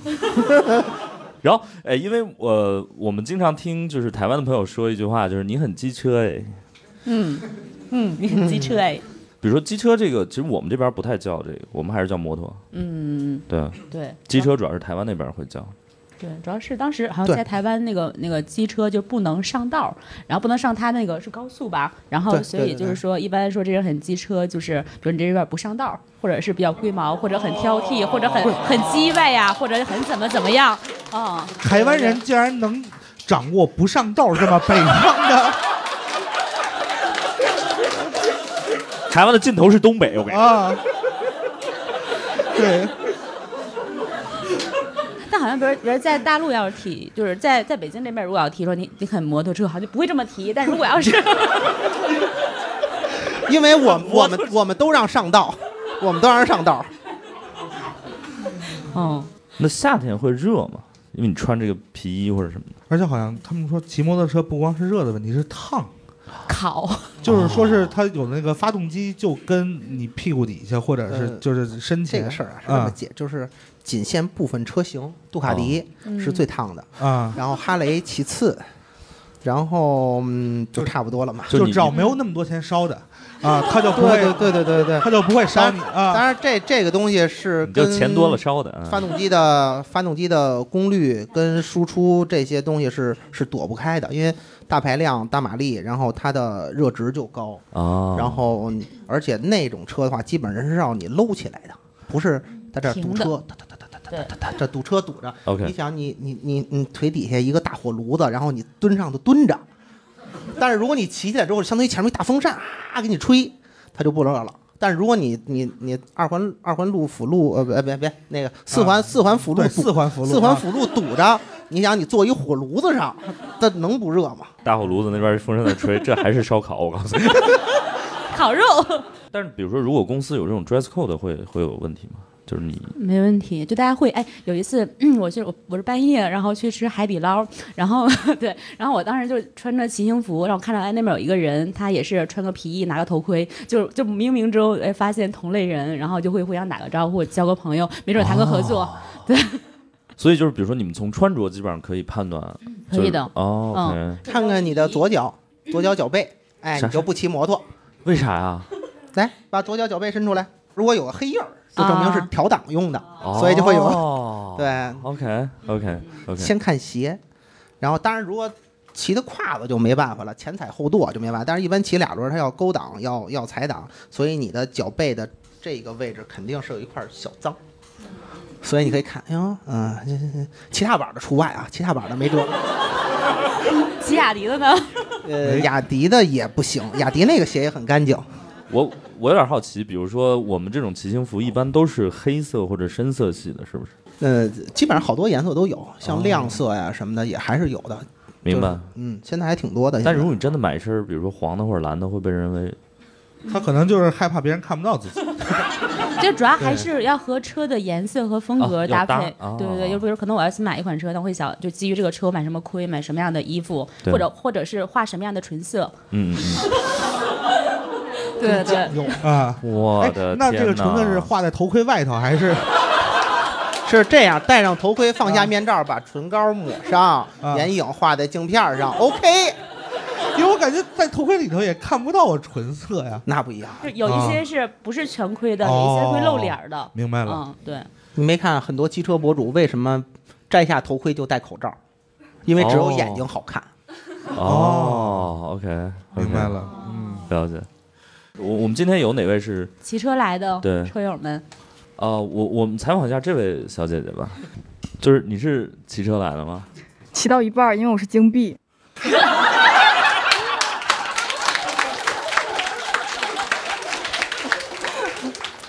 [SPEAKER 1] 然后，哎，因为我、我们经常听就是台湾的朋友说一句话，就是你很机车哎。
[SPEAKER 2] 嗯嗯，你很机车哎，
[SPEAKER 1] 比如说机车这个，其实我们这边不太叫这个，我们还是叫摩托。
[SPEAKER 2] 嗯，
[SPEAKER 1] 对，
[SPEAKER 2] 对，
[SPEAKER 3] 啊
[SPEAKER 1] 机车主要是台湾那边会叫。
[SPEAKER 2] 对，主要是当时好像在台湾那个那个机车就不能上道，然后不能上它那个是高速吧，然后
[SPEAKER 3] 对
[SPEAKER 2] 所
[SPEAKER 3] 对
[SPEAKER 2] 以
[SPEAKER 3] 对
[SPEAKER 2] 就是
[SPEAKER 3] 对
[SPEAKER 2] 说，一般说这人很机车，就是比如你这有点不上道，或者是比较龟毛，或者很挑剔，或者很很叽歪呀，或者很怎么怎么样，嗯，
[SPEAKER 4] 台湾人竟然能掌握不上道这么北方的。
[SPEAKER 8] 台湾的尽头是东北，我跟你说。
[SPEAKER 4] 啊，对，
[SPEAKER 2] 但好像比如比如在大陆要是提，就是在在北京这边如果要提说你你很摩托车，好像就不会这么提，但如果要是
[SPEAKER 3] 因为我我们我们都让上道，我们都让人上道。
[SPEAKER 2] 嗯。
[SPEAKER 1] 那夏天会热吗？因为你穿这个皮衣或者什么的。
[SPEAKER 4] 而且好像他们说骑摩托车不光是热的问题，是烫，
[SPEAKER 2] 烤，
[SPEAKER 4] 就是说是它有那个发动机就跟你屁股底下或者是
[SPEAKER 3] 呃
[SPEAKER 4] 就是身
[SPEAKER 3] 这
[SPEAKER 4] 前
[SPEAKER 3] 个事儿啊，是这么解，就是仅限部分车型，杜卡迪
[SPEAKER 1] 嗯
[SPEAKER 3] 是最烫的，
[SPEAKER 4] 啊哦啊，
[SPEAKER 3] 然后哈雷其次，然后嗯就差不多了嘛。
[SPEAKER 1] 就
[SPEAKER 4] 就
[SPEAKER 1] 你嗯
[SPEAKER 4] 只要没有那么多钱烧的啊，它就不
[SPEAKER 3] 对对
[SPEAKER 4] 会
[SPEAKER 3] 对对对对。
[SPEAKER 4] 它就不会烧你
[SPEAKER 3] 当
[SPEAKER 4] 啊。
[SPEAKER 3] 然这这个东西是
[SPEAKER 1] 你就
[SPEAKER 3] 跟
[SPEAKER 1] 钱多了烧的
[SPEAKER 3] 呃发
[SPEAKER 1] 啊。
[SPEAKER 3] 动机的发动机的功率跟输出这些东西是是躲不开的，因为大排量、大马力，然后它的热值就高，
[SPEAKER 1] 啊，
[SPEAKER 3] 然后你而且那种车的话，基本上是让你搂起来的，不是在这儿堵
[SPEAKER 2] 停的
[SPEAKER 3] 车，哒哒哒哒哒哒哒哒，这堵车堵着。
[SPEAKER 1] OK
[SPEAKER 3] 你想你你你你腿底下一个大火炉子，然后你蹲上就蹲着，但是如果你骑起来之后，相当于前面一大风扇啊给你吹，它就不热了。但是如果你你你二环二环路辅路呃别别别那个四环、
[SPEAKER 4] 啊
[SPEAKER 3] 四环辅路
[SPEAKER 4] 对
[SPEAKER 3] 堵
[SPEAKER 4] 四环辅路
[SPEAKER 3] 四环
[SPEAKER 4] 啊
[SPEAKER 3] 辅路堵着，你想你坐一火炉子上，它能不热吗？
[SPEAKER 1] 大火炉子那边风扇在吹，这还是烧烤，我告诉你。
[SPEAKER 2] 烤肉
[SPEAKER 1] 但是比如说，如果公司有这种 dress code，会会有问题吗？就是你
[SPEAKER 2] 没问题，就大家会哎，有一次、 嗯、我去我我是半夜，然后去吃海底捞，然后 对，然后我当时就穿着骑行服，然后看到哎那边有一个人，他也是穿个皮衣，拿个头盔，就就冥冥之中哎发现同类人，然后就会互相打个招呼，交个朋友，没准谈个合 作，
[SPEAKER 1] 所以就是，比如说你们从穿着基本上可以判断，
[SPEAKER 2] 嗯可
[SPEAKER 1] 就是
[SPEAKER 2] 以的嗯
[SPEAKER 1] 哦，OK，、
[SPEAKER 4] 嗯
[SPEAKER 3] 看看你的左脚，左脚脚背，哎，
[SPEAKER 1] 啥
[SPEAKER 3] 你就不骑摩托。
[SPEAKER 1] 为啥呀？
[SPEAKER 3] 来，把左脚脚背伸出来，如果有个黑印儿，就证明是
[SPEAKER 2] 啊
[SPEAKER 3] 调档用的， 所以就会 有。
[SPEAKER 1] 哦、
[SPEAKER 3] 对，嗯
[SPEAKER 1] ，OK OK OK，
[SPEAKER 3] 先看鞋，然后当然如果骑的胯子就没办法了，前踩后跺就没办法。但是一般骑俩轮儿它要勾档，要要踩档，所以你的脚背的这个位置肯定是有一块小脏。所以你可以看，哎呦，嗯，这这骑踏板的除外啊，骑踏板的没辙。
[SPEAKER 2] 骑雅迪的呢？
[SPEAKER 3] 呃，雅迪的也不行，雅迪那个鞋也很干净。
[SPEAKER 1] 我我有点好奇，比如说我们这种骑行服一般都是黑色或者深色系的，是不是？
[SPEAKER 3] 呃，基本上好多颜色都有，像亮色呀什么的也还是有的。
[SPEAKER 1] 哦明白。
[SPEAKER 3] 就是嗯，现在还挺多的。
[SPEAKER 1] 但
[SPEAKER 3] 现在
[SPEAKER 1] 如果你真的买一身，比如说黄的或者蓝的，会被认为
[SPEAKER 4] 他可能就是害怕别人看不到自 己。
[SPEAKER 2] 就主要还是要和车的颜色和风
[SPEAKER 1] 啊
[SPEAKER 2] 格
[SPEAKER 1] 要
[SPEAKER 2] 搭
[SPEAKER 1] 搭
[SPEAKER 2] 配，
[SPEAKER 1] 哦
[SPEAKER 2] 对对对，就比如可能我要新买一款车，但会想就基于这个车我买什么盔，买什么样的衣服，
[SPEAKER 1] 对
[SPEAKER 2] 或者或者是画什么样的唇色，
[SPEAKER 1] 嗯，嗯
[SPEAKER 2] 对对，
[SPEAKER 4] 有啊，
[SPEAKER 1] 嗯我
[SPEAKER 4] 哎
[SPEAKER 1] 的天，
[SPEAKER 4] 那这个橙色是画在头盔外头还是
[SPEAKER 3] 是这样，戴上头盔，放下面罩，把唇膏抹上，
[SPEAKER 4] 啊
[SPEAKER 3] 眼影画在镜片上，OK。
[SPEAKER 4] 因为我感觉在头盔里头也看不到我唇色呀。啊
[SPEAKER 3] 那不一样，
[SPEAKER 2] 就有一些是不是全盔的，有一些会露脸儿的。
[SPEAKER 4] 哦明白了，
[SPEAKER 2] 嗯，对，
[SPEAKER 3] 你没看很多机车博主为什么摘下头盔就戴口罩？因为只有
[SPEAKER 1] 哦
[SPEAKER 3] 眼睛好看。
[SPEAKER 1] 哦，OK，
[SPEAKER 4] 明白，了。
[SPEAKER 3] 嗯
[SPEAKER 1] 了解。我我们今天有哪位是
[SPEAKER 2] 骑车来的
[SPEAKER 1] 对
[SPEAKER 2] 车友们，
[SPEAKER 1] 啊、我我们采访一下这位小姐姐吧，就是你是骑车来的吗？
[SPEAKER 9] 骑到一半儿，因为我是金币，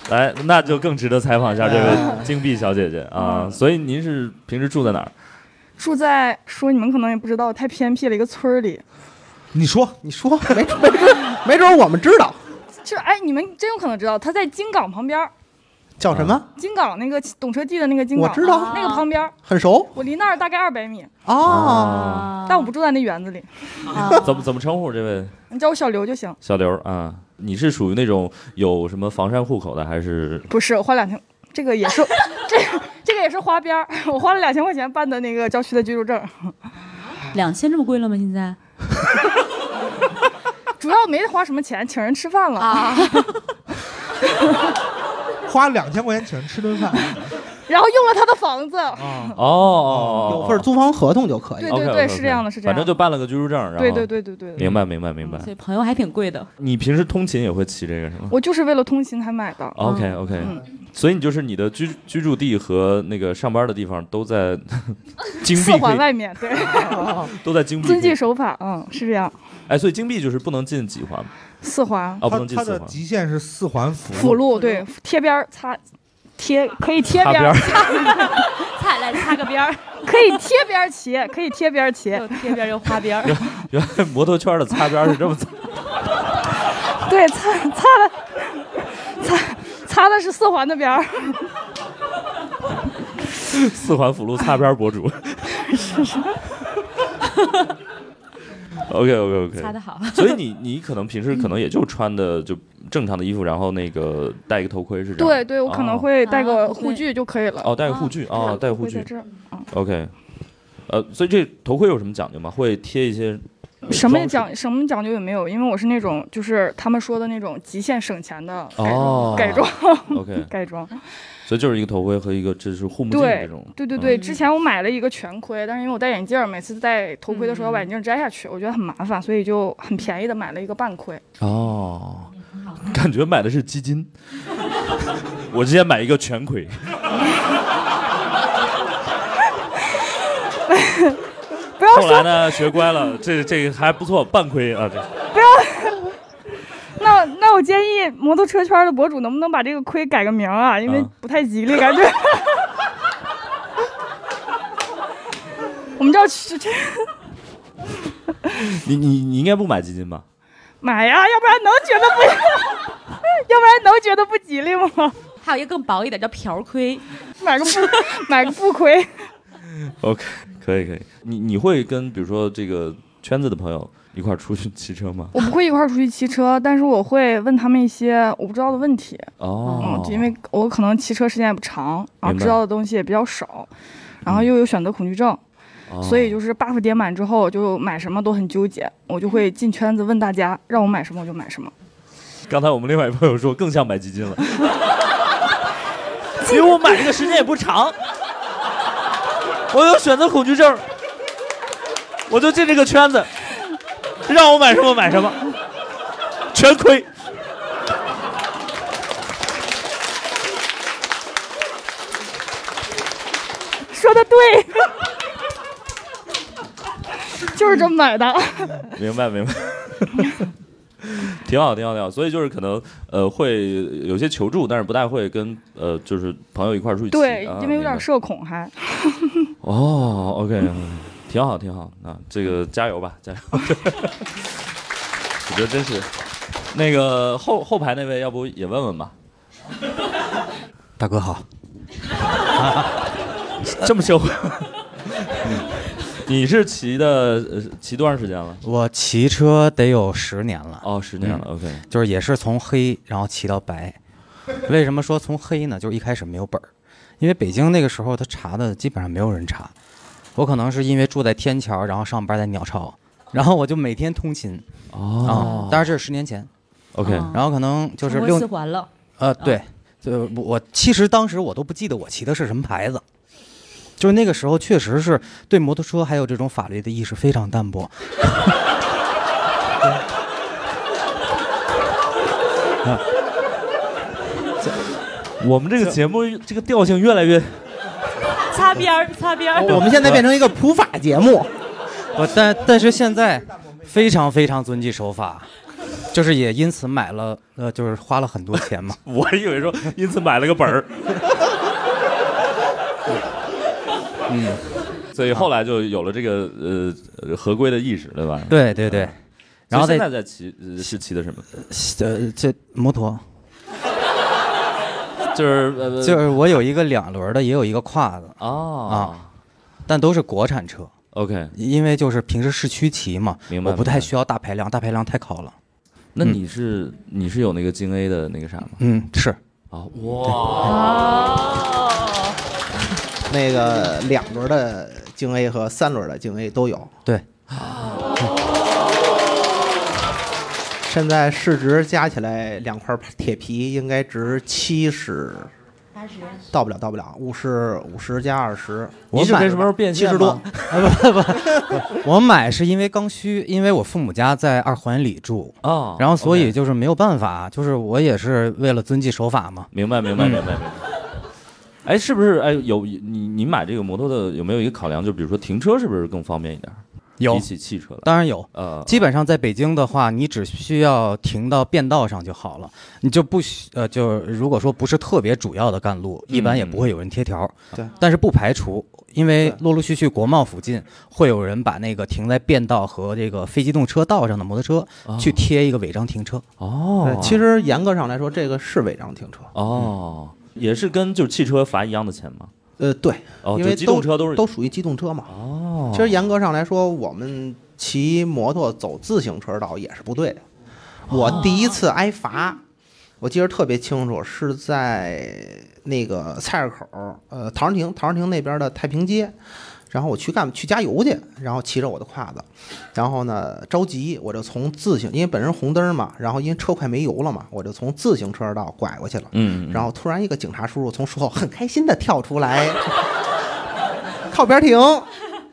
[SPEAKER 1] 来，那就更值得采访一下这 位金币小姐姐啊。
[SPEAKER 3] 嗯
[SPEAKER 1] 所以您是平时住在哪儿？
[SPEAKER 9] 住在说你们可能也不知道，太偏僻了一个村儿里。
[SPEAKER 4] 你说
[SPEAKER 3] 你说没没准没准我们知道
[SPEAKER 9] 就是哎，你们真有可能知道，它在金港旁边儿，
[SPEAKER 3] 叫什
[SPEAKER 4] 啊
[SPEAKER 3] 么，
[SPEAKER 9] 金港那个懂车帝的那个金
[SPEAKER 3] 我
[SPEAKER 9] 港，
[SPEAKER 3] 知道
[SPEAKER 9] 那个旁边儿，
[SPEAKER 3] 很熟
[SPEAKER 9] 我离那儿大概二百米，
[SPEAKER 3] 哦。
[SPEAKER 1] 啊，
[SPEAKER 9] 但我不住在那园子里，
[SPEAKER 1] 怎么怎么称呼这位
[SPEAKER 9] 你叫我小刘就行。
[SPEAKER 1] 小刘啊？你是属于那种有什么房山户口的，还是
[SPEAKER 9] 不是，我花两千，这个也是， 这个这个也是花边儿，我花了两千块钱办的那个郊区的居住证，
[SPEAKER 4] 哎
[SPEAKER 2] 两千这么贵了吗？现在
[SPEAKER 9] 主要没花什么钱，请人吃饭了。
[SPEAKER 2] 啊，
[SPEAKER 4] 花两千块钱请人吃顿饭，
[SPEAKER 9] 然后用了他的房子，
[SPEAKER 1] 哦，
[SPEAKER 3] 嗯有份租房合同就可
[SPEAKER 9] 以对对对是这样的是这样
[SPEAKER 1] 反
[SPEAKER 9] 的
[SPEAKER 1] 正就办了个居住证，然后
[SPEAKER 9] 对对对对嗯对对
[SPEAKER 1] 明白明白明白。
[SPEAKER 2] 所以朋友还挺贵的。
[SPEAKER 1] 你平时通勤也会骑这个是吗
[SPEAKER 9] 我就是为了通勤才买的。
[SPEAKER 1] 嗯哦
[SPEAKER 9] 嗯
[SPEAKER 1] ？OK OK，、所以你就是你的居居住地和那个上班的地方都在 金币
[SPEAKER 9] 四
[SPEAKER 1] 可
[SPEAKER 9] 环
[SPEAKER 1] 以
[SPEAKER 9] 外面，对，
[SPEAKER 1] 都在金币可以，
[SPEAKER 9] 遵纪守法，嗯，是这样。
[SPEAKER 1] 哎，所以金币就是不能进几环，
[SPEAKER 9] 四环
[SPEAKER 1] 哦，不能进
[SPEAKER 4] 它
[SPEAKER 1] 四
[SPEAKER 4] 的
[SPEAKER 1] 环。
[SPEAKER 4] 极限是四环辅
[SPEAKER 9] 辅路，对，贴边儿擦，贴可以贴
[SPEAKER 1] 擦
[SPEAKER 9] 边
[SPEAKER 1] 边
[SPEAKER 9] 儿
[SPEAKER 1] 儿，
[SPEAKER 9] 擦来擦个边儿，可以贴边儿骑，可以贴边儿骑，
[SPEAKER 2] 贴边又花边儿。
[SPEAKER 1] 原来摩托圈的擦边是这么擦，
[SPEAKER 9] 对，擦擦的，擦擦的是四环的边儿，
[SPEAKER 1] 四环辅路擦边博主。
[SPEAKER 9] 是是。
[SPEAKER 1] OK OK OK，
[SPEAKER 2] 擦得好
[SPEAKER 1] 所以你你可能平时可能也就穿的就正常的衣服，然后那个戴一个头盔是这样吗。
[SPEAKER 9] 对啊对，我可能嗯
[SPEAKER 1] 哦
[SPEAKER 9] 会带个护具就可以了。
[SPEAKER 1] 哦戴个护具哦戴个护
[SPEAKER 9] 会在
[SPEAKER 1] 具
[SPEAKER 9] 这儿
[SPEAKER 1] OK，呃，所以这头盔有什么讲究吗？会贴一些
[SPEAKER 9] 什么也
[SPEAKER 1] 呃装饰
[SPEAKER 9] 讲什么讲究也没有，因为我是那种就是他们说的那种极限省钱的
[SPEAKER 1] 哦
[SPEAKER 9] 改装，
[SPEAKER 1] OK
[SPEAKER 9] 改装。
[SPEAKER 1] 所以就是一个头盔和一个这是护目镜
[SPEAKER 9] 对
[SPEAKER 1] 这种。
[SPEAKER 9] 对对
[SPEAKER 1] 嗯
[SPEAKER 9] 对，之前我买了一个全盔，但是因为我戴眼镜儿，每次戴头盔的时候要把眼镜儿摘下去，我觉得很麻烦，所以就很便宜的买了一个半盔。
[SPEAKER 1] 哦， 感觉买的是基金。 我之前买一个全盔，
[SPEAKER 9] 不要
[SPEAKER 1] 后来呢学乖了，这这个还不错，半盔啊，这
[SPEAKER 9] 不要。那那我建议摩托车圈的博主能不能把这个盔改个名儿啊？因为
[SPEAKER 1] 嗯
[SPEAKER 9] 不太吉利，感 觉。我们叫这这
[SPEAKER 1] 你你你应该不买基金吧？
[SPEAKER 9] 买呀，要不然能觉得不，要不 然能觉得不吉利吗？
[SPEAKER 2] 还有一个更薄一点叫瓢盔，
[SPEAKER 9] 买个布， 买个布盔。
[SPEAKER 1] OK，可以可以。你你会跟比如说这个圈子的朋友一块儿出去骑车吗？
[SPEAKER 9] 我不会一块儿出去骑车，但是我会问他们一些我不知道的问题。
[SPEAKER 1] 哦
[SPEAKER 9] 嗯，因为我可能骑车时间也不长，然后
[SPEAKER 1] 明白嗯
[SPEAKER 9] 知道的东西也比较少，然后又有选择恐惧症，
[SPEAKER 1] 哦
[SPEAKER 9] 所以就是 buff 叠满之后，就买什么都很纠结。我就会进圈子问大家，让我买什么我就买什么。
[SPEAKER 1] 刚才我们另外一朋友说更像买基金 了，因为我买这个时间也不长，我有选择恐惧症，我就进这个圈子，让我买什么买什么，全亏。
[SPEAKER 9] 说的对， 就是这么 买的。
[SPEAKER 1] 明白明白，挺好挺好挺好。所以就是可能呃会有些求助，但是不太会跟呃就是朋友一块儿出去骑。
[SPEAKER 9] 对
[SPEAKER 1] 啊，
[SPEAKER 9] 因为
[SPEAKER 1] 明
[SPEAKER 9] 有
[SPEAKER 1] 白
[SPEAKER 9] 点社恐还。
[SPEAKER 1] 哦，OK，挺好，挺好啊，这个加油吧， 加油！我觉得真是，那个后后排那位，要不也问问 吧？
[SPEAKER 10] 大哥好，
[SPEAKER 1] 这么社会， 你是骑的呃骑多长时间了？
[SPEAKER 10] 我骑车得有十年了。嗯
[SPEAKER 1] 哦，十年了，OK
[SPEAKER 10] 就是也是从黑然后骑到白。 为什么说从黑呢？就是一开始没有本儿，因为北京那个时候他查的基本上没有人查。我可能是因为住在天桥，然后上班在鸟巢，然后我就每天通勤。啊，
[SPEAKER 1] 哦
[SPEAKER 10] 当然这是十年前。嗯
[SPEAKER 1] OK 啊
[SPEAKER 10] 然后可能就是
[SPEAKER 2] 成为
[SPEAKER 10] 六
[SPEAKER 2] 哦四环了。啊
[SPEAKER 10] 呃，对，就我我其实当时我都不记得我骑的是什么牌子，就是那个时候确实是对摩托车还有这种法律的意识非常淡薄。啊
[SPEAKER 1] 我们这个节目这个调性越来越……
[SPEAKER 2] 擦边儿，擦边儿。
[SPEAKER 10] 我们现在变成
[SPEAKER 3] 一个普法节目。
[SPEAKER 10] 我但但是现在非常非常遵纪守法，就是也因此买了呃，就是花了很多钱嘛。
[SPEAKER 1] 我以为说因此买了个本儿，
[SPEAKER 10] 嗯，
[SPEAKER 1] 所以后来就有了这个呃合规的意识，对吧？
[SPEAKER 10] 对对对
[SPEAKER 1] 嗯。
[SPEAKER 10] 然后
[SPEAKER 1] 所以
[SPEAKER 10] 再
[SPEAKER 1] 现在在骑呃是骑的什么？
[SPEAKER 10] 呃这摩托，
[SPEAKER 1] 就是呃
[SPEAKER 10] 就是我有一个两轮的，也有一个胯子
[SPEAKER 1] 哦
[SPEAKER 10] 啊，但都是国产车。
[SPEAKER 1] OK，
[SPEAKER 10] 因为就是平时市区骑嘛，
[SPEAKER 1] 明白
[SPEAKER 10] 我不
[SPEAKER 1] 明白
[SPEAKER 10] 太需要大排量，大排量太烤了。
[SPEAKER 1] 那你是、你是有那个京 A 的那个啥吗？
[SPEAKER 10] 嗯，是
[SPEAKER 1] 啊，哇，
[SPEAKER 3] 嗯那个两轮的京 A 和三轮的京 A 都有。
[SPEAKER 10] 对，
[SPEAKER 3] 现在市值加起来两块铁皮应该值七十，
[SPEAKER 2] 八十
[SPEAKER 3] 到不了，到不了，五十五十加二十，
[SPEAKER 10] 你是
[SPEAKER 3] 买
[SPEAKER 10] 跟什么时候变
[SPEAKER 3] 七
[SPEAKER 10] 现
[SPEAKER 3] 十多
[SPEAKER 10] 吗？啊 不不不，我买是因为刚需，因为我父母家在二环里住
[SPEAKER 1] 哦
[SPEAKER 10] 然后所以
[SPEAKER 1] OK
[SPEAKER 10] 就是没有办法，就是我也是为了遵纪守法嘛。
[SPEAKER 1] 明白，明白，
[SPEAKER 10] 嗯
[SPEAKER 1] 明白，明白。哎，是不是？哎，有你你买这个摩托的有没有一个考量？就比如说停车是不是更方便一点？
[SPEAKER 10] 有
[SPEAKER 1] 比起汽车来，
[SPEAKER 10] 当然有，
[SPEAKER 1] 呃，
[SPEAKER 10] 基本上在北京的话，你只需要停到便道上就好了，你就不需呃，就如果说不是特别主要的干路，一般也不会有人贴条。
[SPEAKER 3] 对
[SPEAKER 10] 但是不排除，因为陆陆续续国贸附近会有人把那个停在便道和这个非机动车道上的摩托车、去贴一个违章停车。
[SPEAKER 1] 哦
[SPEAKER 3] 对其实严格上来说，这个是违章停车。
[SPEAKER 1] 哦，也是跟就是汽车罚一样的钱吗？
[SPEAKER 3] 呃，对，
[SPEAKER 1] 哦，
[SPEAKER 3] 因
[SPEAKER 1] 就
[SPEAKER 3] 为
[SPEAKER 1] 机动车都是
[SPEAKER 3] 都属于机动车嘛。
[SPEAKER 1] 哦
[SPEAKER 3] 其实严格上来说，我们骑摩托走自行车道也是不对的。我第一次挨罚，我记得特别清楚，是在那个菜市口，呃，陶然亭，陶然亭那边的太平街。然后我去干去加油去，然后骑着我的胯子，然后呢着急，我就从自行，因为本身红灯嘛，然后因为车快没油了嘛，我就从自行车道拐过去了。
[SPEAKER 1] 嗯嗯
[SPEAKER 3] 然后突然一个警察叔叔从树后很开心的跳出来， 靠边停，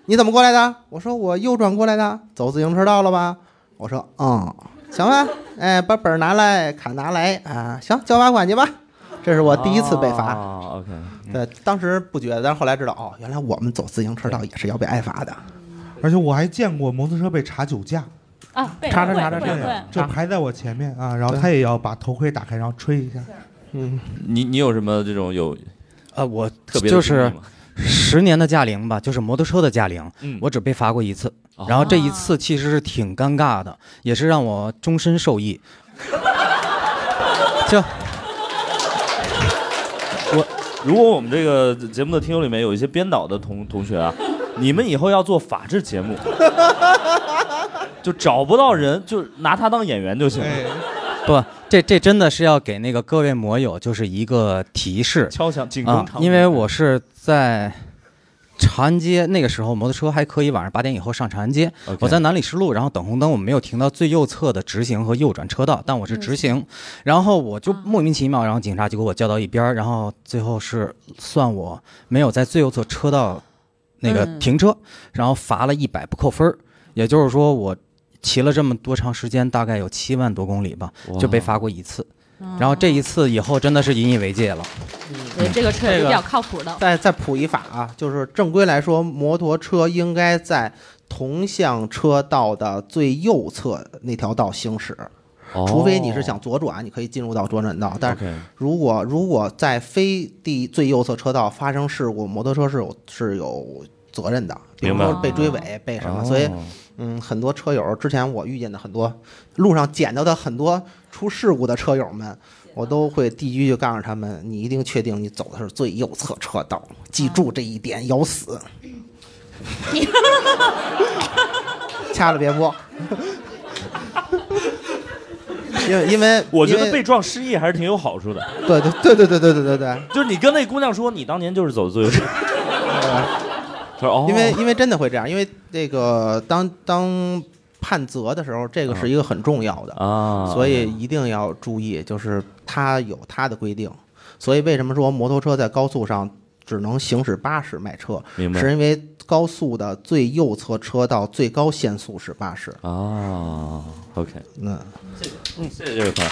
[SPEAKER 3] 你怎么过来的？我说我右转过来的，走自行车道了吧？我说嗯，行吧，哎，把本儿拿来，卡拿来啊，行，交罚款去吧。这是我第一次被罚。
[SPEAKER 1] 哦，OK，
[SPEAKER 3] 对，当时不觉得，但是后来知道，哦，原来我们走自行车道也是要被挨罚的。
[SPEAKER 4] 而且我还见过摩托车被查酒驾，
[SPEAKER 2] 啊，被
[SPEAKER 3] 查查
[SPEAKER 2] 会
[SPEAKER 3] 查查
[SPEAKER 2] 会
[SPEAKER 3] 查
[SPEAKER 2] 会
[SPEAKER 3] 查
[SPEAKER 4] 就排在我前面啊，然后他也要把头盔打开，然后吹一下。
[SPEAKER 3] 嗯，
[SPEAKER 1] 你你有什么这种有
[SPEAKER 10] 呃，我
[SPEAKER 1] 特别的
[SPEAKER 10] 就是
[SPEAKER 1] 经历吗
[SPEAKER 10] 十年的驾龄吧，就是摩托车的驾龄，
[SPEAKER 1] 嗯
[SPEAKER 10] 我只被罚过一次，然后这一次其实是挺尴尬的，也是让我终身受益。 就
[SPEAKER 1] 我如果我们这个节目的听友里面有一些编导的同同学啊， 你们以后要做法制节目， 就找不到人，就拿他当演员就行了。
[SPEAKER 10] 不，这这真的是要给那个各位摩友就是一个提示，
[SPEAKER 1] 敲响警钟
[SPEAKER 10] 啊
[SPEAKER 1] 长，鸣
[SPEAKER 10] 因为我是在长安街那个时候，摩托车还可以晚上八点以后上长安街。
[SPEAKER 1] OK
[SPEAKER 10] 我在南礼士路，然后等红灯，我没有停到最右侧的直行和右转车道，但我是直行，然后我就莫名其妙，然后警察就给我叫到一边儿，然后最后是算我没有在最右侧车道那个
[SPEAKER 11] 嗯
[SPEAKER 10] 停车，然后罚了一百不扣分儿也就是说我骑了这么多长时间，大概有七万多公里吧，就被罚过一次。然后这一次以后真的是引以为戒了。
[SPEAKER 2] 对这个车
[SPEAKER 3] 这
[SPEAKER 2] 是
[SPEAKER 3] 个
[SPEAKER 2] 比较靠谱的。
[SPEAKER 3] 再再普一法啊，就是正规来说，摩托车应该在同向车道的最右侧那条道行驶。
[SPEAKER 1] 哦
[SPEAKER 3] 除非你是想左转，你可以进入到左转道。但是
[SPEAKER 1] OK
[SPEAKER 3] 如果如果在非第最右侧车道发生事故，摩托车是有是有责任的，比如
[SPEAKER 1] 明白
[SPEAKER 3] 说被追尾、被什么。
[SPEAKER 1] 哦
[SPEAKER 3] 所以，嗯，很多车友之前我遇见的很多路上捡到的很多出事故的车友们，我都会第一句就告诉他们：你一定确定你走的是最右侧车道，记住这一点，咬死。掐了别播。 因为因为
[SPEAKER 1] 我觉
[SPEAKER 3] 因
[SPEAKER 1] 得
[SPEAKER 3] 为
[SPEAKER 1] 被撞失忆还是挺有好处的。
[SPEAKER 3] 对对对对对对对对对，
[SPEAKER 1] 就是你跟那姑娘说，你当年就是走自由 车，她说哦，
[SPEAKER 3] 因为因为真的会这样，因为这个当当判责的时候，这个是一个很重要的
[SPEAKER 10] 嗯
[SPEAKER 1] 啊
[SPEAKER 3] 所以一定要注意，就是它有它的规定。所以为什么说摩托车在高速上只能行驶八十迈车，
[SPEAKER 1] 明白
[SPEAKER 3] 是因为高速的最右侧车道最高限速是八十。
[SPEAKER 1] 啊，OK，
[SPEAKER 3] 嗯，
[SPEAKER 1] 谢谢这位朋友。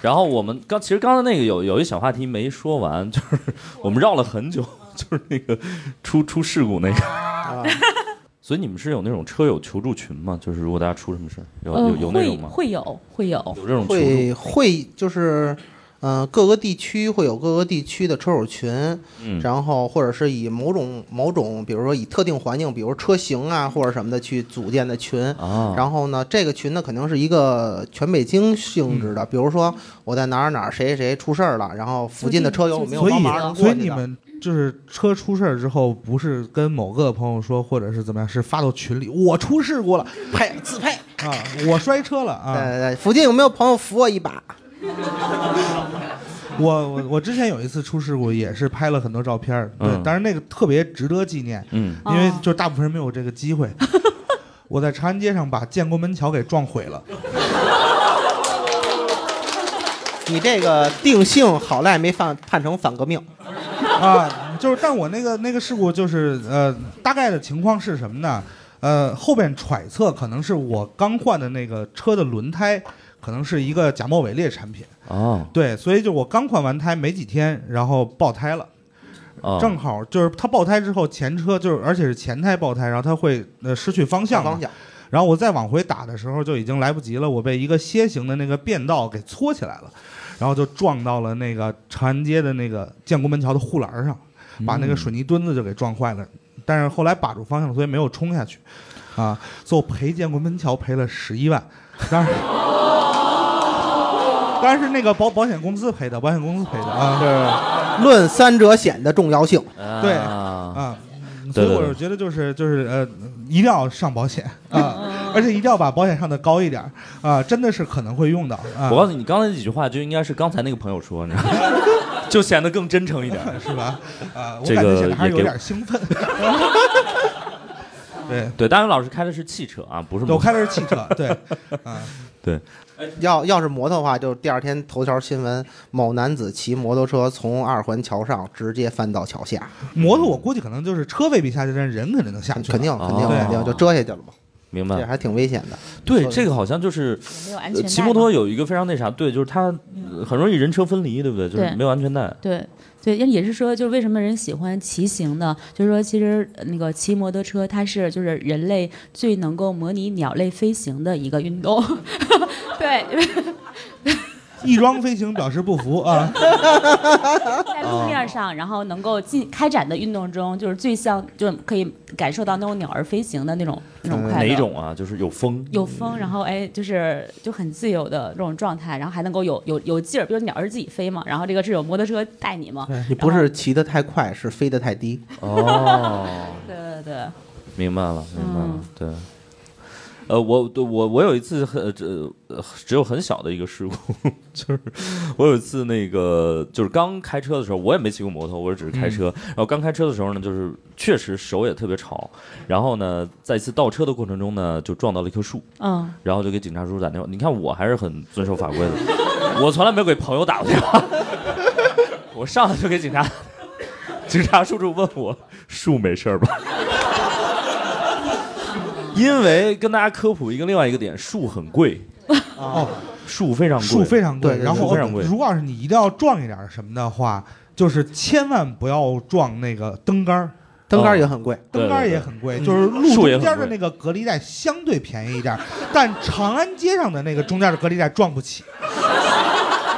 [SPEAKER 1] 然后我们刚其实刚才那个有有一小话题没说完，就是我们绕了很久，就是那个出出事故那个。所以你们是有那种车友求助群吗？就是如果大家出什么事儿，有有有那
[SPEAKER 2] 嗯会
[SPEAKER 1] 种吗？
[SPEAKER 2] 会有会有
[SPEAKER 1] 有这种求
[SPEAKER 3] 会
[SPEAKER 1] 助
[SPEAKER 3] 会就是，嗯、各个地区会有各个地区的车友群，
[SPEAKER 1] 嗯
[SPEAKER 3] 然后或者是以某种某种，比如说以特定环境，比如车型啊或者什么的去组建的群。
[SPEAKER 1] 啊
[SPEAKER 3] 然后呢，这个群呢肯定是一个全北京性质的，比如说我在哪儿哪儿谁谁谁出事儿了，然后附近的车友我没有
[SPEAKER 4] 所
[SPEAKER 3] 帮忙
[SPEAKER 4] 以，
[SPEAKER 3] 过
[SPEAKER 4] 所以
[SPEAKER 3] 去
[SPEAKER 4] 你
[SPEAKER 3] 的。
[SPEAKER 4] 们就是车出事儿之后，不是跟某个朋友说，或者是怎么样，是发到群里，我出事故了，
[SPEAKER 3] 拍自拍
[SPEAKER 4] 啊， 我摔车了啊。
[SPEAKER 3] 对对对，附近有没有朋友扶我一把？
[SPEAKER 4] 我我我之前有一次出事故，也是拍了很多照片儿，对，
[SPEAKER 1] 嗯
[SPEAKER 3] 啊
[SPEAKER 4] 但是那个特别值得纪念，
[SPEAKER 1] 嗯
[SPEAKER 4] 因为就大部分人没有这个机会。我在长安街上把建国门桥给撞毁了。
[SPEAKER 3] 你这个定性好赖没犯判成反革命，
[SPEAKER 4] 啊，就是，但我那个那个事故就是，呃，大概的情况是什么呢？呃，后边揣测可能是我刚换的那个车的轮胎，可能是一个假冒伪劣产品。
[SPEAKER 1] 哦，
[SPEAKER 4] 对，所以就我刚换完胎没几天，然后爆胎了。
[SPEAKER 1] 哦
[SPEAKER 4] 正好就是它爆胎之后，前车就是而且是前胎爆胎，然后它会呃失去方向嘛。
[SPEAKER 3] 方向
[SPEAKER 4] 然后我再往回打的时候就已经来不及了，我被一个楔形的那个变道给搓起来了，然后就撞到了那个长安街的那个建国门桥的护栏上，把那个水泥墩子就给撞坏了。但是后来把住方向，所以没有冲下去，啊，所以我赔建国门桥赔了十一万，当然。当然是那个保保险公司赔的，保险公司赔的啊。
[SPEAKER 3] 论三者险的重要性。
[SPEAKER 4] 对啊，所
[SPEAKER 3] 对
[SPEAKER 4] 以
[SPEAKER 3] 对
[SPEAKER 4] 我
[SPEAKER 3] 对
[SPEAKER 4] 是觉得就是就是呃，一定要上保险 啊，而且一定要把保险上的高一点儿啊，真的是可能会用到啊
[SPEAKER 1] 我。告诉你，你刚才那几句话就应该是刚才那个朋友说，你知道吗？ 就显得更真诚一点，
[SPEAKER 4] 是吧？啊，我
[SPEAKER 1] 这
[SPEAKER 4] 感觉
[SPEAKER 1] 个
[SPEAKER 4] 显得还是
[SPEAKER 1] 也
[SPEAKER 4] 有
[SPEAKER 1] 给
[SPEAKER 4] 点兴奋。对
[SPEAKER 1] 对，大勇老师开的是汽车啊，不是摩托
[SPEAKER 3] 我开的是汽车对
[SPEAKER 4] 啊，
[SPEAKER 1] 对，
[SPEAKER 3] 哎要要是摩托的话，就是第二天头条新闻：某男子骑摩托车从二环桥上直接翻到桥下，
[SPEAKER 4] 摩托我估计可能就是车未必下去，但是人肯定能下去了，
[SPEAKER 1] 哦
[SPEAKER 3] 肯定肯定
[SPEAKER 4] 对
[SPEAKER 3] 肯定就遮下去了嘛，
[SPEAKER 1] 明
[SPEAKER 3] 这
[SPEAKER 1] 白？
[SPEAKER 3] 还挺危险的。
[SPEAKER 1] 对，
[SPEAKER 3] 说
[SPEAKER 1] 这个好像就是
[SPEAKER 2] 没有安
[SPEAKER 1] 呃
[SPEAKER 2] 全带嗯
[SPEAKER 1] 骑摩托有一个非常那啥，对，就是它呃很容易人车分离，对不对？就是
[SPEAKER 2] 对
[SPEAKER 1] 没有安全带。
[SPEAKER 2] 对对，也也是说，就是为什么人喜欢骑行呢？就是说，其实呃那个骑摩托车，它是就是人类最能够模拟鸟类飞行的一个运动。 对，
[SPEAKER 4] 翼装飞行表示不服 啊。
[SPEAKER 2] 在路面上，然后能够进开展的运动中，就是最像，就是可以感受到那种鸟儿飞行的那种那种快乐。
[SPEAKER 1] 哪一种啊？就是有风，
[SPEAKER 2] 有风，然后哎，就是就很自由的这种状态，然后还能够有有有劲儿，比如鸟儿自己飞嘛，然后这个是有摩托车带你嘛，
[SPEAKER 3] 你 不是骑得太快，是飞得太低。
[SPEAKER 1] 哦，
[SPEAKER 2] 对对对，
[SPEAKER 1] 明白了，明白了，
[SPEAKER 2] 嗯
[SPEAKER 1] 对。呃，我对我我有一次很这、呃只有很小的一个事故， 就是我有一次那个就是刚开车的时候，我也没骑过摩托，我只是开车。 然后刚开车的时候呢，就是确实手也特别吵，然后呢，在一次倒车的过程中呢，就撞到了一棵树，
[SPEAKER 2] 嗯，
[SPEAKER 1] 然后就给警察叔叔打电话。你看我还是很遵守法规的， 我从来没有给朋友打过电话， 我上来就给警察，警察叔叔问我树没事儿吧？ 因为跟大家科普一个另外一个点，树很 贵，
[SPEAKER 4] 哦，
[SPEAKER 1] 树非常贵，
[SPEAKER 4] 树非常贵，
[SPEAKER 1] 对
[SPEAKER 4] 然
[SPEAKER 1] 树
[SPEAKER 4] 后
[SPEAKER 1] 非常贵。
[SPEAKER 4] 如果要是你一定要撞一点什么的话，就是千万不要撞那个灯杆儿。哦
[SPEAKER 3] 灯杆儿也很贵
[SPEAKER 4] 灯杆儿
[SPEAKER 3] 对对对
[SPEAKER 4] 也很贵，
[SPEAKER 3] 嗯
[SPEAKER 4] 就是路
[SPEAKER 3] 树也
[SPEAKER 4] 中
[SPEAKER 3] 很
[SPEAKER 4] 间
[SPEAKER 3] 贵
[SPEAKER 4] 的那个隔离带相对便宜一点儿，但长安街上的那个中间的隔离带撞不起。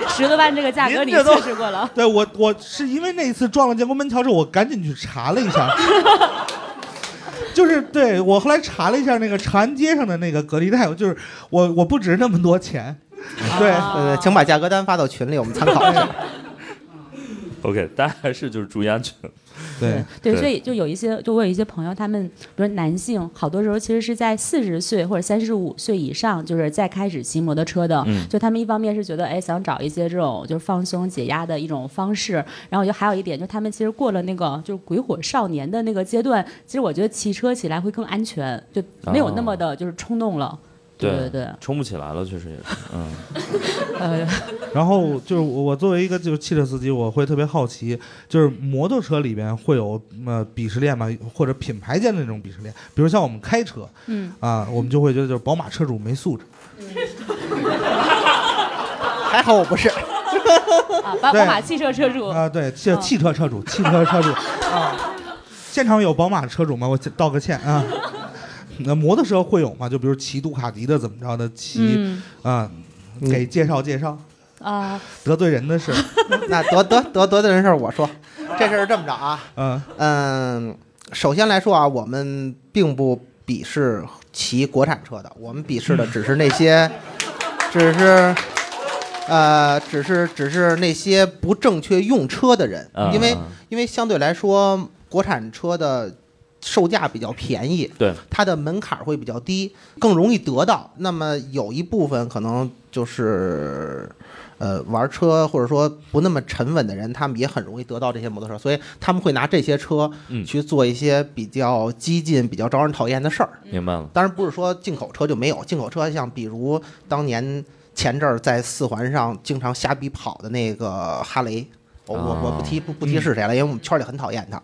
[SPEAKER 2] 十多万这个价格你
[SPEAKER 4] 您这都
[SPEAKER 2] 测试过了，
[SPEAKER 4] 对我，我是因为那一次撞了建国门桥之后，我赶紧去查了一 下，就是对我后来查了一下那个长安街上的那个隔离带，我就是我我不值那么多钱，对
[SPEAKER 3] 对对，请把价格单发到群里，我们参考一 下。
[SPEAKER 1] OK，大家还是就是注意安全。
[SPEAKER 4] 对
[SPEAKER 2] 对，所以就有一些，就我有一些朋友，他们比如男性，好多时候其实是在四十岁或者三十五岁以上，就是再开始骑摩托车的。
[SPEAKER 11] 嗯
[SPEAKER 2] 就他们一方面是觉得，哎，想找一些这种就是放松解压的一种方式，然后我觉得还有一点，就他们其实过了那个就是鬼火少年的那个阶段，其实我觉得骑车起来会更安全，就没有那么的就是冲动了。对对，
[SPEAKER 1] 冲不起来了，确实也是，嗯，
[SPEAKER 2] 呃，
[SPEAKER 4] 然后就是我，我作为一个就是汽车司机，我会特别好奇，就是摩托车里边会有呃鄙视链嘛，或者品牌间的那种鄙视链，比如像我们开车，
[SPEAKER 2] 嗯
[SPEAKER 4] 啊，我们就会觉得就是宝马车主没素质，
[SPEAKER 3] 还好我不是，
[SPEAKER 2] 啊，宝宝马汽车车主
[SPEAKER 4] 啊，对，汽汽车车主，汽车车主啊，现场有宝马车主吗？我道个歉啊。那摩托车会有吗？就比如骑杜卡迪的怎么着的，骑
[SPEAKER 2] 嗯
[SPEAKER 4] 啊，给介绍介绍，
[SPEAKER 2] 啊，
[SPEAKER 4] 得罪人的事，
[SPEAKER 3] 那得得得得罪人事儿，我说， 这事儿这么着啊，
[SPEAKER 4] 嗯
[SPEAKER 3] 嗯，首先来说啊，我们并不鄙视骑国产车的，我们鄙视的只是那些，只是，呃，只是只是那些不正确用车的人，
[SPEAKER 1] 啊
[SPEAKER 3] 因为
[SPEAKER 1] 啊
[SPEAKER 3] 因为相对来说，国产车的售价比较便宜，
[SPEAKER 1] 对，
[SPEAKER 3] 它的门槛会比较低，更容易得到。那么有一部分可能就是，呃玩车或者说不那么沉稳的人，他们也很容易得到这些摩托车，所以他们会拿这些车
[SPEAKER 1] 嗯
[SPEAKER 3] 去做一些比较激进、比较招人讨厌的事儿。
[SPEAKER 1] 明白了。
[SPEAKER 3] 当然不是说进口车就没有，进口车像比如当年前阵儿在四环上经常瞎逼跑的那个哈雷，我我我不提
[SPEAKER 4] 哦
[SPEAKER 3] 不
[SPEAKER 4] 嗯
[SPEAKER 3] 不提是谁了，因为我们圈里很讨厌他，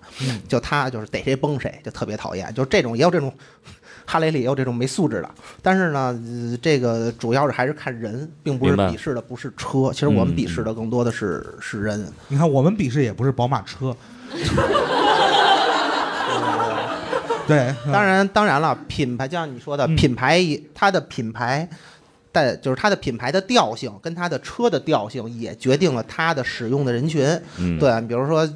[SPEAKER 3] 就他就是逮谁崩谁，就特别讨厌，就这种也有这种。哈雷里也有这种没素质的，但是呢，呃这个主要是还是看人，并不是
[SPEAKER 4] 明白嗯
[SPEAKER 3] 鄙视的不是车。其实我们鄙视的更多的是、是人。
[SPEAKER 4] 你看，我们鄙视也不是宝马车，对，
[SPEAKER 3] 当然，当然了，品牌就像你说的，品牌也它的品牌，带就是它的品牌的调性跟它的车的调性也决定了它的使用的人群。
[SPEAKER 1] 嗯
[SPEAKER 3] 对，比如说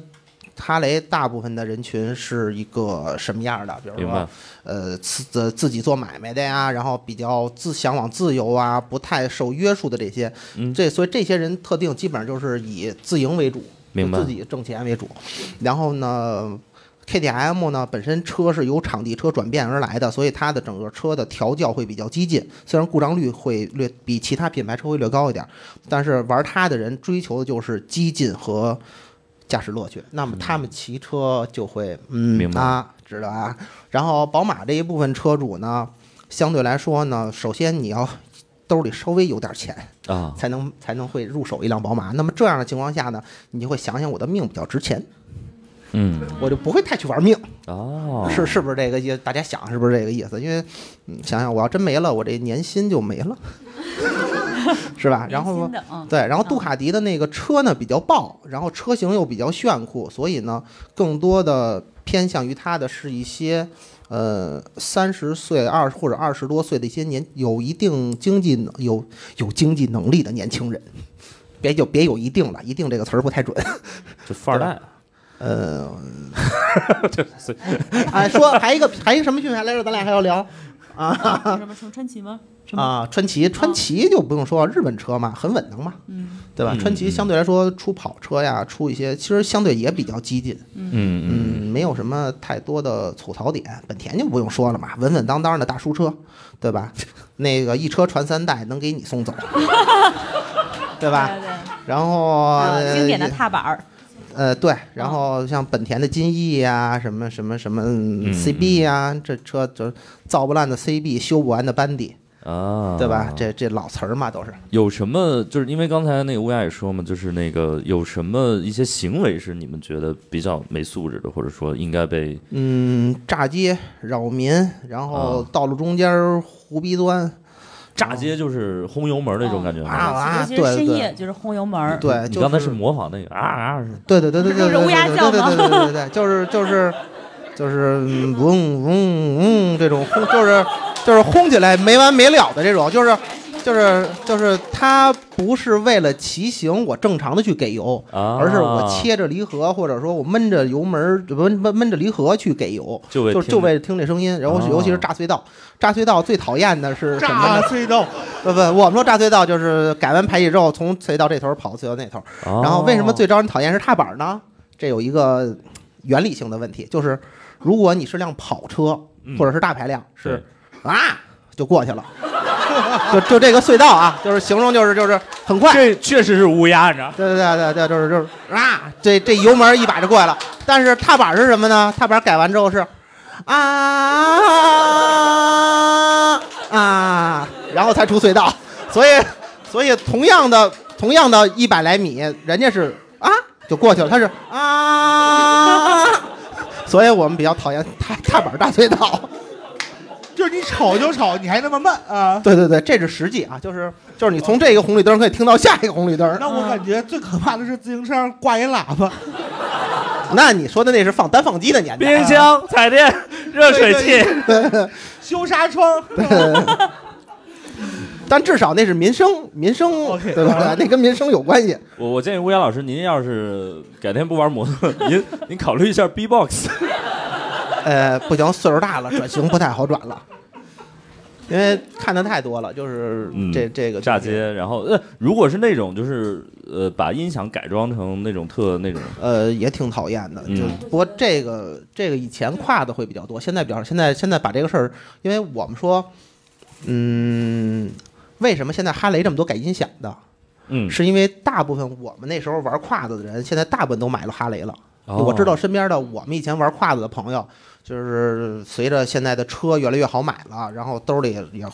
[SPEAKER 3] 哈雷，大部分的人群是一个什么样的？比如
[SPEAKER 1] 明白
[SPEAKER 3] 说，呃，自自自己做买卖的呀，然后比较自向往自由啊，不太受约束的这些，
[SPEAKER 1] 嗯
[SPEAKER 3] 这所以这些人特定基本上就是以自营为主，
[SPEAKER 1] 明白
[SPEAKER 3] 就自己挣钱为主。然后呢，KTM 呢本身车是由场地车转变而来的，所以它的整个车的调教会比较激进，虽然故障率会略比其他品牌车会略高一点，但是玩它的人追求的就是激进和驾驶乐趣。那么他们骑车就会嗯
[SPEAKER 1] 明白
[SPEAKER 3] 啊，知道啊。然后宝马这一部分车主呢，相对来说呢，首先你要兜里稍微有点钱。
[SPEAKER 1] 啊，
[SPEAKER 3] 才能才能会入手一辆宝马。那么这样的情况下呢，你就会想想我的命比较值钱，
[SPEAKER 1] 嗯，
[SPEAKER 3] 我就不会太去玩命，
[SPEAKER 1] 哦，
[SPEAKER 3] 是是不是这个意思？大家想是不是这个意思？因为、嗯、想想我要真没了，我这年薪就没了，是吧？然后
[SPEAKER 2] 年薪的嗯
[SPEAKER 3] 对，然后杜卡迪的那个车呢比较爆，然后车型又比较炫酷，所以呢，更多的偏向于它的是一些。呃，三十岁二或者二十多岁的一些年有一定经济能有有经济能力的年轻人，别就别有一定了，一定这个词儿不太准。
[SPEAKER 1] 就富二代，
[SPEAKER 3] 呃，
[SPEAKER 1] 对，所以
[SPEAKER 3] 哎，说还一个还一个什么品牌来着？咱俩还要聊啊
[SPEAKER 2] 什么什么川崎吗？什么？
[SPEAKER 3] 啊，川崎，川崎就不用说，日本车嘛，很稳当嘛，
[SPEAKER 2] 嗯，
[SPEAKER 3] 对吧？
[SPEAKER 1] 嗯
[SPEAKER 3] 川崎相对来说出跑车呀，出一些其实相对也比较激进，
[SPEAKER 1] 嗯嗯，
[SPEAKER 3] 嗯，没有什么太多的吐槽点。本田就不用说了嘛，稳稳当当的大叔车，对吧？那个一车传三代，能给你送走，对吧？
[SPEAKER 2] 对对
[SPEAKER 3] 然后、
[SPEAKER 2] 啊经典的
[SPEAKER 3] 呃
[SPEAKER 2] 踏板儿，
[SPEAKER 3] 呃，对，然后像本田的金翼呀、什么什么什么嗯
[SPEAKER 1] 嗯
[SPEAKER 3] CB 呀、这车就是造不烂的 CB，修不完的班底，
[SPEAKER 1] 啊，
[SPEAKER 3] 对吧？这这老词儿嘛，都是。
[SPEAKER 1] 有什么？就是因为刚才那个乌鸦也说嘛，就是那个有什么一些行为是你们觉得比较没素质的，或者说应该被
[SPEAKER 3] 嗯，炸街、扰民，然后道路中间儿胡逼钻
[SPEAKER 1] 炸街，就是轰油门那种感觉吗？
[SPEAKER 3] 啊啊，
[SPEAKER 2] 其
[SPEAKER 3] 对
[SPEAKER 2] 实深
[SPEAKER 3] 对
[SPEAKER 2] 夜
[SPEAKER 3] 对。
[SPEAKER 2] 就是轰油门儿，
[SPEAKER 3] 对，
[SPEAKER 1] 你
[SPEAKER 3] 就
[SPEAKER 1] 刚才是模仿那个啊啊，
[SPEAKER 3] 对对对对对，
[SPEAKER 2] 就是乌鸦叫
[SPEAKER 3] 对
[SPEAKER 2] 吗
[SPEAKER 3] 对对对对对对，就是就是就是嗯嗡嗡嗡这种轰，就是就是轰起来没完没了的这种，就是就是就是它不是为了骑行我正常的去给油，
[SPEAKER 1] 啊
[SPEAKER 3] 而是我切着离合或者说我闷着油门儿闷闷闷着离合去给油，
[SPEAKER 1] 就为
[SPEAKER 3] 就
[SPEAKER 1] 听
[SPEAKER 3] 就为了听这声音，然后
[SPEAKER 1] 哦
[SPEAKER 3] 尤其是炸隧道，炸隧道最讨厌的是什么
[SPEAKER 4] 炸
[SPEAKER 3] 呢？
[SPEAKER 4] 隧道，
[SPEAKER 3] 不不，我们说炸隧道就是改完排气之后，从隧道这头跑到隧道那头。
[SPEAKER 1] 哦
[SPEAKER 3] 然后为什么最招人讨厌是踏板呢？这有一个原理性的问题，就是如果你是辆跑车
[SPEAKER 8] 嗯
[SPEAKER 3] 或者是大排量，是啊就过去了， 就就这个隧道啊，就是形容就是就是很快，
[SPEAKER 8] 这确实是乌鸦，你知道？
[SPEAKER 3] 对对对对对，就是就是啊，这这油门一把就过来了。但是踏板是什么呢？踏板改完之后是啊啊，然后才出隧道。所以所以同样的同样的一百来米，人家是啊就过去了，他是啊，所以我们比较讨厌踏踏板大隧道。
[SPEAKER 4] 就是你吵就吵，你还那么慢啊？
[SPEAKER 3] 对对对，这是实际啊，就是就是你从这个红绿灯可以听到下一个红绿灯。
[SPEAKER 4] 那我感觉最可怕的是自行车上挂一喇叭，
[SPEAKER 3] 那你说的那是放单放机的年代、啊
[SPEAKER 8] 冰箱、彩电、热水器，
[SPEAKER 4] 修纱窗，
[SPEAKER 3] 但至少那是民生，民生
[SPEAKER 4] OK，
[SPEAKER 3] 对吧？那跟民生有关系。
[SPEAKER 1] 我我建议乌鸦老师，您要是改天不玩摩托，您您考虑一下 B-box。
[SPEAKER 3] 呃，不行，岁数大 了，转型不太好转了，因为看的太多了，就是
[SPEAKER 1] 嗯
[SPEAKER 3] 这、这个
[SPEAKER 1] 炸。街，然后呃，如果是那种就是呃，把音响改装成那种特 那种，
[SPEAKER 3] 呃，也挺讨厌的，
[SPEAKER 1] 嗯
[SPEAKER 3] 就不过这个这个以前跨的会比较多，现在比较少现在现在把这个事儿，因为我们说，嗯，为什么现在哈雷这么多改音响的？
[SPEAKER 1] 嗯
[SPEAKER 3] 是因为大部分我们那时候玩胯子的人，现在大部分都买了哈雷了。
[SPEAKER 1] 哦
[SPEAKER 3] 我知道身边的我们以前玩胯子的朋友，就是随着现在的车越来越好买了，然后兜里也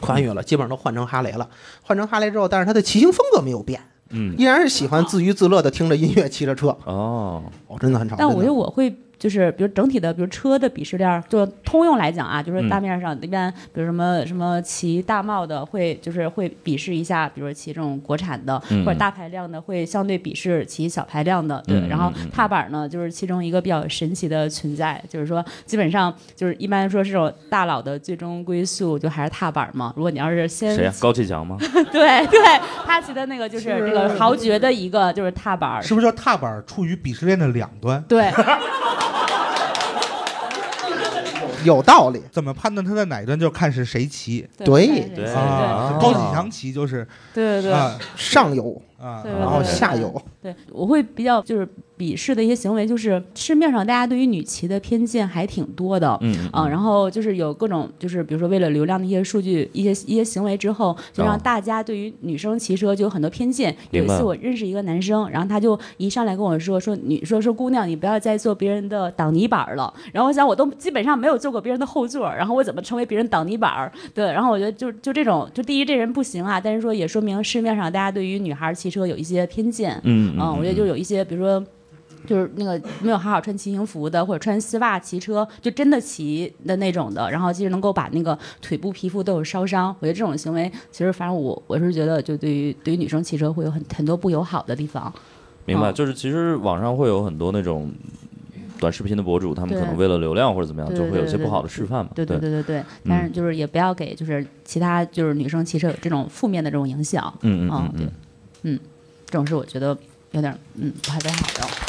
[SPEAKER 3] 宽裕了，基本上都换成哈雷了。换成哈雷之后，但是它的骑行风格没有变，
[SPEAKER 1] 嗯
[SPEAKER 3] 依然是喜欢自娱自乐的听着音乐骑着车。
[SPEAKER 1] 哦，
[SPEAKER 3] 哦，真的很吵。
[SPEAKER 2] 但
[SPEAKER 3] 真
[SPEAKER 2] 我
[SPEAKER 3] 的
[SPEAKER 2] 觉得我会就是，比如整体的，比如车的鄙视链儿，就通用来讲啊，就是
[SPEAKER 1] 嗯
[SPEAKER 2] 大面上一般，比如什么什么骑大帽的会就是会鄙视一下，比如骑这种国产的，
[SPEAKER 1] 嗯
[SPEAKER 2] 或者大排量的会相对鄙视骑小排量的，对。
[SPEAKER 1] 嗯
[SPEAKER 2] 然后
[SPEAKER 1] 嗯嗯
[SPEAKER 2] 踏板呢，就是其中一个比较神奇的存在，就是说基本上就是一般说这种大佬的最终归宿就还是踏板嘛。如果你要是
[SPEAKER 1] 嗯
[SPEAKER 2] 先
[SPEAKER 1] 谁呀、啊高启强吗？
[SPEAKER 2] 对对，他骑的那个就是这个豪爵的一个就是踏板儿，
[SPEAKER 4] 是不是叫踏板处于鄙视链的两端？
[SPEAKER 2] 对，
[SPEAKER 3] 有道理。
[SPEAKER 4] 怎么判断它在哪一端，就看是谁骑。
[SPEAKER 3] 对对对
[SPEAKER 4] 啊，
[SPEAKER 3] 对
[SPEAKER 4] 高启强骑就是
[SPEAKER 2] 对对对
[SPEAKER 4] 啊
[SPEAKER 3] 上游
[SPEAKER 4] 啊，
[SPEAKER 2] 对对
[SPEAKER 3] 然后下游。
[SPEAKER 2] 对，我会比较就是鄙视的一些行为，就是市面上大家对于女骑的偏见还挺多的，
[SPEAKER 1] 嗯嗯
[SPEAKER 2] 啊然后就是有各种就是比如说为了流量的一些数据、一些一些行为之后，就让
[SPEAKER 1] 哦
[SPEAKER 2] 大家对于女生骑车就有很多偏见。有一
[SPEAKER 1] 明白
[SPEAKER 2] 次我认识一个男生，然后他就一上来跟我说说女说说姑娘你不要再坐别人的挡泥板儿了，然后我想我都基本上没有坐过别人的后座儿，然后我怎么成为别人挡泥板儿？对，然后我觉得就就这种就第一这人不行啊，但是说也说明市面上大家对于女孩儿骑车有一些偏见，
[SPEAKER 1] 嗯嗯
[SPEAKER 2] 嗯，我觉得
[SPEAKER 1] 嗯
[SPEAKER 2] 就有一些，比如说。就是那个没有好好穿骑行服的，或者穿丝袜骑车，就真的骑的那种的，然后其实能够把那个腿部皮肤都有烧伤。我觉得这种行为，其实反正我我是觉得，就对于对于女生骑车会有很很多不友好的地方。
[SPEAKER 1] 明白，
[SPEAKER 2] 嗯
[SPEAKER 1] 就是其实网上会有很多那种短视频的博主，他们
[SPEAKER 2] 对
[SPEAKER 1] 可能为了流量或者怎么样，
[SPEAKER 2] 对
[SPEAKER 1] 啊就
[SPEAKER 2] 对
[SPEAKER 1] 会有一些
[SPEAKER 2] 对对
[SPEAKER 1] 不好的示范嘛。
[SPEAKER 2] 对对
[SPEAKER 1] 对嗯
[SPEAKER 2] 对对对，但是就是也不要给就是其他就是女生骑车有这种负面的这种影响。
[SPEAKER 1] 嗯嗯
[SPEAKER 2] 嗯
[SPEAKER 1] 嗯，
[SPEAKER 2] 对
[SPEAKER 1] 嗯
[SPEAKER 2] 嗯，这种是我觉得有点嗯不太不太好的。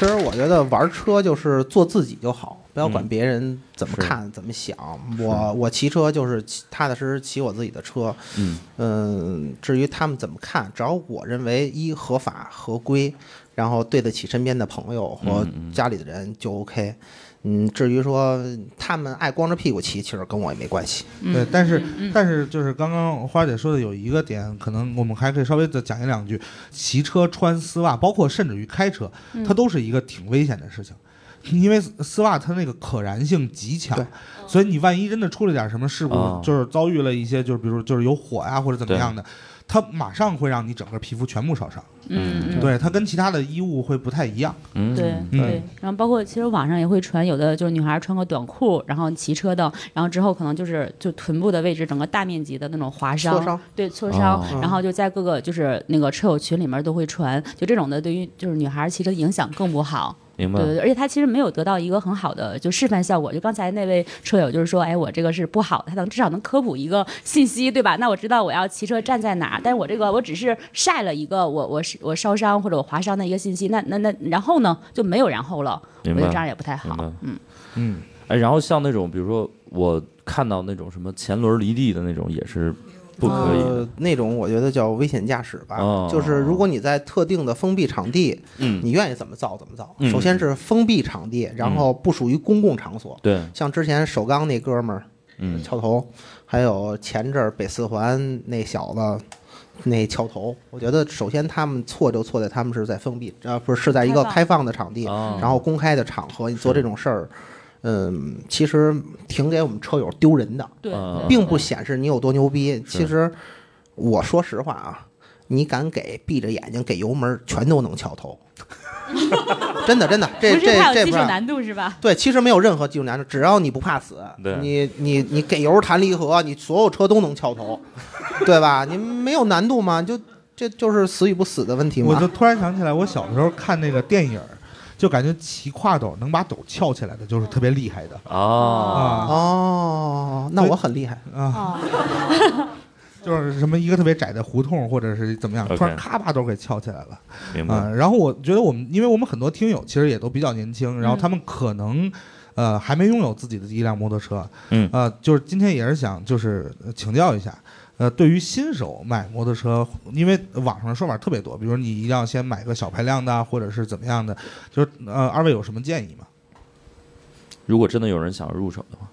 [SPEAKER 3] 其实我觉得玩车就是做自己就好，不要管
[SPEAKER 1] 嗯
[SPEAKER 3] 别人怎么
[SPEAKER 1] 是
[SPEAKER 3] 看、怎么想。我我骑车就是骑踏踏实实骑我自己的车，
[SPEAKER 1] 嗯
[SPEAKER 3] 嗯，至于他们怎么看，只要我认为一合法合规，然后对得起身边的朋友
[SPEAKER 1] 嗯
[SPEAKER 3] 和家里的人就 OK。嗯，至于说他们爱光着屁股骑，其实跟我也没关系。
[SPEAKER 2] 嗯
[SPEAKER 4] 对，但是但是就是刚刚花姐说的有一个点，可能我们还可以稍微的讲一两句。骑车穿丝袜，包括甚至于开车，
[SPEAKER 2] 嗯
[SPEAKER 4] 它都是一个挺危险的事情，因为丝袜它那个可燃性极强，所以你万一真的出了点什么事故，
[SPEAKER 1] 哦
[SPEAKER 4] 就是遭遇了一些就是比如就是有火呀、或者怎么样的，它马上会让你整个皮肤全部烧伤。
[SPEAKER 2] 嗯
[SPEAKER 4] 对，它跟其他的衣物会不太一样。
[SPEAKER 1] 嗯
[SPEAKER 2] 对对，然后包括其实网上也会传，有的就是女孩穿个短裤，然后骑车的，然后之后可能就是就臀部的位置整个大面积的那种划伤，
[SPEAKER 3] 挫伤
[SPEAKER 2] 对挫伤，
[SPEAKER 1] 哦
[SPEAKER 2] 然后就在各个就是那个车友群里面都会传，就这种的对于就是女孩骑车影响更不好。
[SPEAKER 1] 明白
[SPEAKER 2] 对。对对，而且他其实没有得到一个很好的就示范效果。就刚才那位车友就是说，哎，我这个是不好的，他能至少能科普一个信息，对吧？那我知道我要骑车站在哪儿，但是我这个我只是晒了一个我我是我烧伤或者我划伤的一个信息，那那那然后呢就没有然后了，我
[SPEAKER 1] 明
[SPEAKER 2] 觉
[SPEAKER 1] 白
[SPEAKER 2] 得这样也不太好
[SPEAKER 1] 明白。
[SPEAKER 2] 嗯，
[SPEAKER 4] 嗯，
[SPEAKER 1] 哎，然后像那种比如说我看到那种什么前轮离地的那种，也是不可以的。
[SPEAKER 3] 呃，那种我觉得叫危险驾驶吧，
[SPEAKER 1] 哦
[SPEAKER 3] 就是如果你在特定的封闭场地，
[SPEAKER 1] 嗯
[SPEAKER 3] 你愿意怎么造怎么造。
[SPEAKER 1] 嗯
[SPEAKER 3] 首先是封闭场地，然后不属于公共场所，
[SPEAKER 1] 对，
[SPEAKER 3] 像之前首钢那哥们儿，
[SPEAKER 1] 嗯
[SPEAKER 3] 敲头，还有前阵儿北四环那小子。那敲头，我觉得首先他们错就错在他们是在封闭，啊不是是在一个开
[SPEAKER 2] 开放
[SPEAKER 3] 放的场地，
[SPEAKER 1] 哦
[SPEAKER 3] 然后公开的场合，你做这种事儿，嗯，其实挺给我们车友丢人的。
[SPEAKER 2] 对
[SPEAKER 1] 嗯
[SPEAKER 3] 并不显示你有多牛逼。其实我说实话啊，你敢给闭着眼睛给油门，全都能翘 头。真的，真的，这
[SPEAKER 2] 不是
[SPEAKER 3] 这
[SPEAKER 2] 太有
[SPEAKER 3] 这
[SPEAKER 2] 技
[SPEAKER 3] 不
[SPEAKER 2] 术
[SPEAKER 3] 是
[SPEAKER 2] 难度是吧？
[SPEAKER 3] 对，其实没有任何技术难度，只要你不怕死
[SPEAKER 1] 对，
[SPEAKER 3] 你你你给油弹离合，你所有车都能翘 头，对吧？你没有难度吗？就这就是死与不死的问题
[SPEAKER 4] 我就
[SPEAKER 3] 嘛。
[SPEAKER 4] 突然想起来，我小时候看那个电影儿，就感觉骑跨斗能把斗翘起来的，就是特别厉害的
[SPEAKER 2] 嗯
[SPEAKER 1] 啊，
[SPEAKER 4] 啊
[SPEAKER 3] 哦，那我很厉害。
[SPEAKER 4] 啊，
[SPEAKER 2] 哦，
[SPEAKER 4] 就是什么一个特别窄的胡同或者是怎么样，
[SPEAKER 1] OK
[SPEAKER 4] 突然咔把斗给翘起来了
[SPEAKER 1] 明
[SPEAKER 4] 啊。
[SPEAKER 1] 白。
[SPEAKER 4] 然后我觉得我们，因为我们很多听友其实也都比较年
[SPEAKER 1] 嗯
[SPEAKER 4] 轻，然后他们可能。呃，还没拥有自己的第一辆摩托车，
[SPEAKER 1] 嗯
[SPEAKER 4] 呃，就是今天也是想就是呃请教一下，呃，对于新手买摩托车，因为网上的说法特别多，比如你一定要先买个小排量的啊，或者是怎么样的，就是呃，二位有什么建议吗？
[SPEAKER 1] 如果真的有人想入手的话，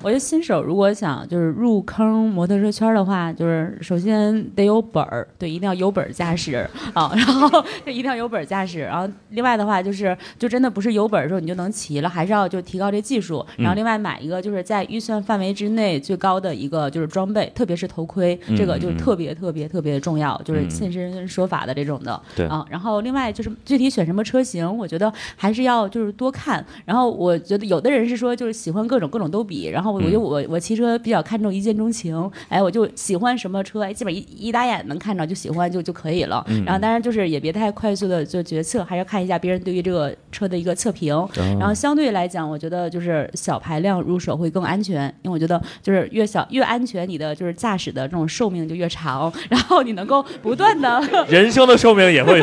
[SPEAKER 2] 我觉得新手如果想就是入坑摩托车圈的话，就是首先得有本儿，对，一定要有本儿驾驶啊， 然后就一定要有本儿驾驶。然后另外的话就是，就真的不是有本儿的时候你就能骑了，还是要就提高这技术。
[SPEAKER 11] 嗯
[SPEAKER 2] 然后另外买一个就是在预算范围之内最高的一个就是装备，特别是头盔，
[SPEAKER 11] 嗯
[SPEAKER 2] 这个
[SPEAKER 11] 嗯
[SPEAKER 2] 就是
[SPEAKER 11] 嗯
[SPEAKER 2] 特别特别特别重要，就是
[SPEAKER 11] 嗯
[SPEAKER 2] 现身说法的这种的。
[SPEAKER 11] 对
[SPEAKER 2] 啊，然后另外就是具体选什么车型，我觉得还是要就是多看。然后我觉得有的人是说就是喜欢各种各种都比，然后我
[SPEAKER 11] 嗯
[SPEAKER 2] 觉得我、我骑车比较看重一见钟情，哎，我就喜欢什么车，哎，基本一一打眼能看着就喜欢就就可以了。
[SPEAKER 11] 嗯
[SPEAKER 2] 然后当然就是也别太快速的做决策，还是要看一下别人对于这个车的一个测评。然后相对来讲，我觉得就是小排量入手会更安全，因为我觉得就是越小越安全，你的就是驾驶的这种寿命就越长，然后你能够不断的
[SPEAKER 8] 人生的寿命也会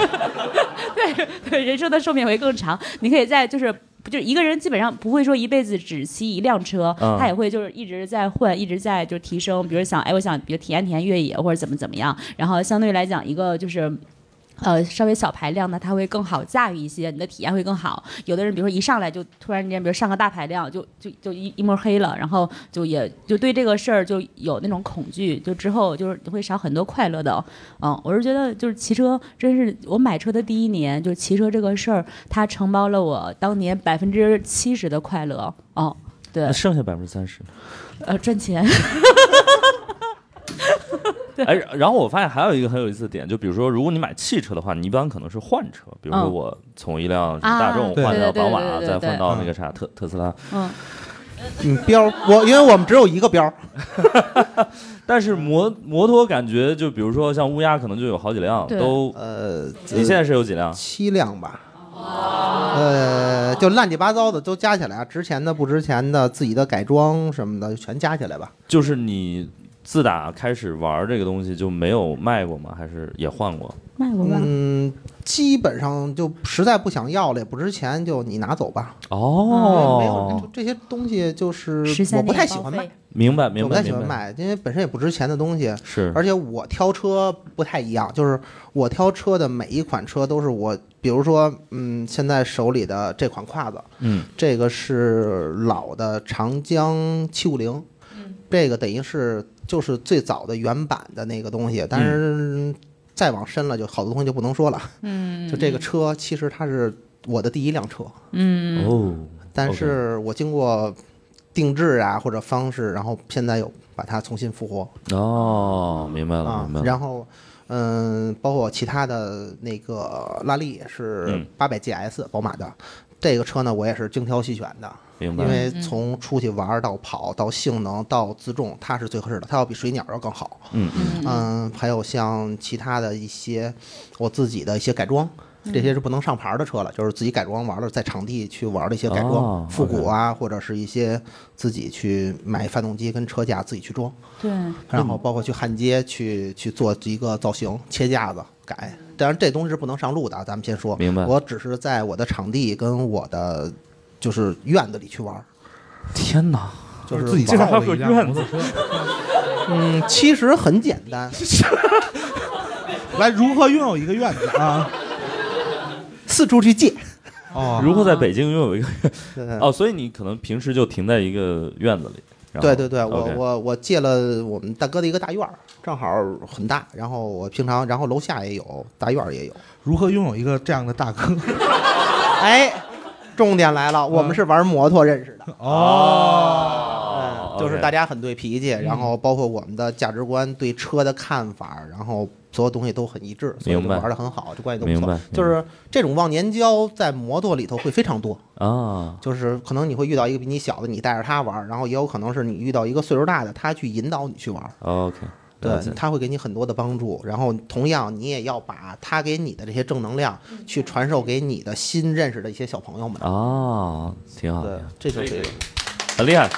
[SPEAKER 2] 对对， 人生的寿命会更长。你可以在就是。不就一个人基本上不会说一辈子只骑一辆车，
[SPEAKER 11] 嗯
[SPEAKER 2] 他也会就是一直在换，一直在就是提升。比如想，哎，我想比如体验体验越野或者怎么怎么样。然后相对来讲，一个就是。呃，稍微小排量呢，它会更好驾驭一些，你的体验会更好。有的人，比如说一上来就突然之间，比如上个大排量，就就就一一摸黑了，然后就也就对这个事儿就有那种恐惧，就之后就是会少很多快乐的。嗯，我是觉得就是骑车，真是我买车的第一年，就是骑车这个事儿，它承包了我当年百分之七十的快乐。哦，对
[SPEAKER 1] 那，剩下百分之三 十。
[SPEAKER 2] 呃，赚钱。
[SPEAKER 1] 哎，然后我发现还有一个很有意思的点，就比如说，如果你买汽车的话，你一般可能是换车，比如说
[SPEAKER 2] 嗯
[SPEAKER 1] 我从一辆什么
[SPEAKER 2] 啊
[SPEAKER 1] 大众
[SPEAKER 2] 对
[SPEAKER 1] 换到
[SPEAKER 2] 对对
[SPEAKER 1] 宝马
[SPEAKER 2] 对，对对
[SPEAKER 1] 再换
[SPEAKER 2] 对
[SPEAKER 1] 到那个啥特特斯拉。
[SPEAKER 2] 嗯，
[SPEAKER 3] 嗯，标我因为我们只有一个标，
[SPEAKER 1] 但是摩摩托感觉就比如说像乌鸦，可能就有好几辆，
[SPEAKER 3] 对
[SPEAKER 1] 都
[SPEAKER 3] 呃，
[SPEAKER 1] 你现在是有几辆？
[SPEAKER 3] 七辆吧。
[SPEAKER 4] 哦
[SPEAKER 3] 呃，就乱七八糟的都加起来啊，值钱的、不值钱的、自己的改装什么的，就全加起来吧。
[SPEAKER 1] 就是你自打开始玩这个东西就没有卖过吗？还是也换过？
[SPEAKER 2] 卖过
[SPEAKER 1] 吧
[SPEAKER 3] 嗯，基本上就实在不想要了，也不值钱，就你拿走吧。
[SPEAKER 2] 嗯
[SPEAKER 1] 哦，
[SPEAKER 3] 啊没有就这些东西，就是我不太喜欢卖，
[SPEAKER 1] 明白
[SPEAKER 3] 我
[SPEAKER 1] 明
[SPEAKER 3] 不
[SPEAKER 1] 白
[SPEAKER 3] 太喜
[SPEAKER 1] 明
[SPEAKER 3] 欢
[SPEAKER 1] 白。
[SPEAKER 3] 卖，因为本身也不值钱的东西。
[SPEAKER 1] 是
[SPEAKER 3] 而且我挑车不太一样，就是我挑车的每一款车都是我，比如说，嗯，现在手里的这款胯子，
[SPEAKER 1] 嗯，
[SPEAKER 3] 这个是老的长江七五零，
[SPEAKER 1] 嗯
[SPEAKER 3] 这个等于是就是最早的原版的那个东西，但是再往深了就好多东西就不能说了。
[SPEAKER 2] 嗯
[SPEAKER 3] 就这个车其实它是我的第一辆车，
[SPEAKER 2] 嗯
[SPEAKER 1] 哦，
[SPEAKER 3] 但是我经过定制啊或者方式，然后现在有把它重新复活
[SPEAKER 1] 哦，明白了
[SPEAKER 3] 啊
[SPEAKER 1] 明白，了。
[SPEAKER 3] 然后。嗯，包括其他的那个拉力是
[SPEAKER 1] 嗯
[SPEAKER 3] 八百 GS 宝马的，这个车呢我也是精挑细选的，
[SPEAKER 1] 明
[SPEAKER 3] 因
[SPEAKER 1] 白
[SPEAKER 3] 为从出去玩儿到跑到性能到自重，它是最合适的，它要比水鸟要更好。
[SPEAKER 1] 嗯
[SPEAKER 3] 嗯，还有像其他的一些我自己的一些改装，
[SPEAKER 1] 嗯
[SPEAKER 3] 这些是不能上牌儿的车了，就是自己改装完了在场地去玩的一些改
[SPEAKER 1] 哦
[SPEAKER 3] 装，复古啊，或者是一些自己去买发动机跟车架自己去装，
[SPEAKER 2] 对，
[SPEAKER 1] 嗯
[SPEAKER 3] 然后包括去焊接去去做一个造型，切架子改。当然这东西是不能上路的啊，咱们先说。
[SPEAKER 1] 明白
[SPEAKER 3] 我只是在我的场地跟我的就是院子里去玩儿，
[SPEAKER 1] 天哪，
[SPEAKER 3] 就是
[SPEAKER 4] 自己
[SPEAKER 3] 玩儿
[SPEAKER 4] 造了一辆摩托车。
[SPEAKER 3] 嗯，其实很简单。
[SPEAKER 4] 来，如何拥有一个院子啊？
[SPEAKER 3] 四处去借。
[SPEAKER 4] 哦
[SPEAKER 1] 如何在北京拥有一个
[SPEAKER 3] 对？
[SPEAKER 1] 哦，所以你可能平时就停在一个院子里。然后
[SPEAKER 3] 对对对，我
[SPEAKER 1] OK
[SPEAKER 3] 我我借了我们大哥的一个大院儿，正好很大。然后我平常，然后楼下也有，大院儿也有。
[SPEAKER 4] 如何拥有一个这样的大哥？ 嗯
[SPEAKER 3] 哎，重点来了，我们是玩摩托认识的。
[SPEAKER 4] 哦嗯
[SPEAKER 3] 嗯就是大
[SPEAKER 4] OK
[SPEAKER 3] 家很对脾气，然后包括我们的价值观、对车的看法，然后所有东西都很一致，所以
[SPEAKER 1] 明白
[SPEAKER 3] 玩的很好，这关系都
[SPEAKER 1] 明
[SPEAKER 3] 不
[SPEAKER 1] 白
[SPEAKER 3] 错
[SPEAKER 1] 明。白
[SPEAKER 3] 就是这种忘年交在摩托里头会非常多。
[SPEAKER 1] 啊，
[SPEAKER 3] 就是可能你会遇到一个比你小的，你带着他玩儿，然后也有可能是你遇到一个岁数大的，他去引导你去玩儿。
[SPEAKER 1] OK，
[SPEAKER 3] 对
[SPEAKER 1] 了解，
[SPEAKER 3] 他会给你很多的帮助，然后同样你也要把他给你的这些正能量去传授给你的新认识的一些小朋友们。
[SPEAKER 1] 哦，挺好的，
[SPEAKER 3] 这
[SPEAKER 4] 哦
[SPEAKER 3] 就是
[SPEAKER 1] 很厉害。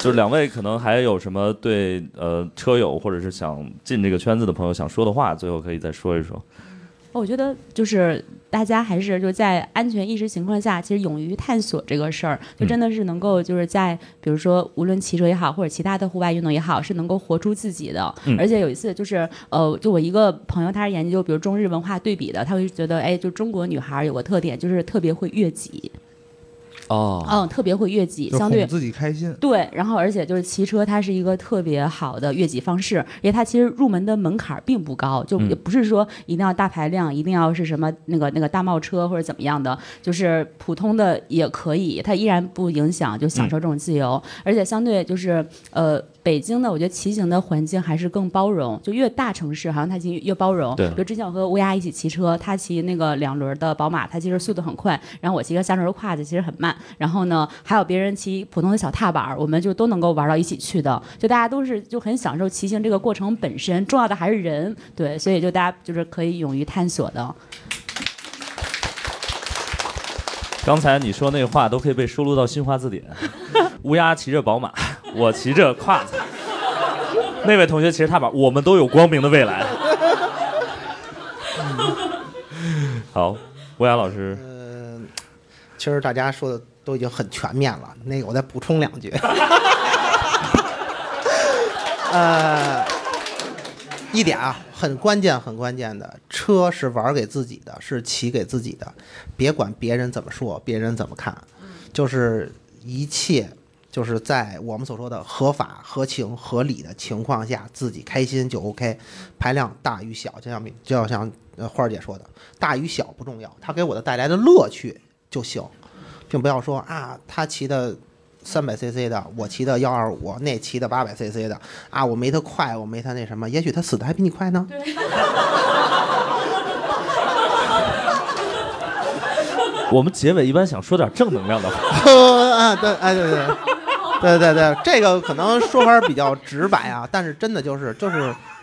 [SPEAKER 1] 就是两位可能还有什么对呃车友或者是想进这个圈子的朋友想说的话，最后可以再说一说。
[SPEAKER 2] 我觉得就是大家还是就在安全意识情况下，其实勇于探索这个事儿，
[SPEAKER 4] 嗯
[SPEAKER 2] 就真的是能够就是在比如说无论骑车也好，或者其他的户外运动也好，是能够活出自己的。
[SPEAKER 11] 嗯
[SPEAKER 2] 而且有一次就是呃，就我一个朋友，他是研究比如中日文化对比的，他会觉得哎，就中国女孩有个特点就是特别会越级。
[SPEAKER 1] 哦，
[SPEAKER 2] 嗯，特别会越级，
[SPEAKER 4] 就
[SPEAKER 2] 相对
[SPEAKER 4] 哄自己开心
[SPEAKER 2] 对，然后而且就是骑车，它是一个特别好的越级方式，因为它其实入门的门槛儿并不高，就
[SPEAKER 11] 嗯
[SPEAKER 2] 也不是说一定要大排量，一定要是什么那个那个大贸车或者怎么样的，就是普通的也可以，它依然不影响就享受这种自由，而且相对就是呃。北京呢，我觉得骑行的环境还是更包容，就越大城市好像它其实越包容。
[SPEAKER 11] 对
[SPEAKER 2] 比如之前我和乌鸦一起骑车，他骑那个两轮的宝马，他其实速度很快，然后我骑个三轮跨子其实很慢。然后呢，还有别人骑普通的小踏板儿，我们就都能够玩到一起去的。就大家都是就很享受骑行这个过程本身，重要的还是人。对，所以就大家就是可以勇于探索的。
[SPEAKER 1] 刚才你说那话都可以被收录到新华字 典。乌鸦骑着宝马，我骑着胯子，那位同学骑着踏板，我们都有光明的未来。
[SPEAKER 3] 嗯
[SPEAKER 1] 好，乌鸦老师，
[SPEAKER 3] 呃其实大家说的都已经很全面了，那个我再补充两句。 呃，一点啊，很关键，很关键的，车是玩给自己的，是骑给自己的，别管别人怎么说，别人怎么看，就是一切就是在我们所说的合法、合情、合理的情况下，自己开心就 OK，排量大与小，就像明就要像呃花儿姐说的，大与小不重要，它给我的带来的乐趣就行，并不要说啊，他骑的三百 CC 的，我骑的幺二五，那骑的八百 CC 的啊，我没他快，我没他那什么，也许他死的还比你快呢。
[SPEAKER 1] 我们结尾一般想说点正能量的话。
[SPEAKER 3] 啊， 对，哎，对对，对对对，这个可能说法比较直白啊，但是真的就是就是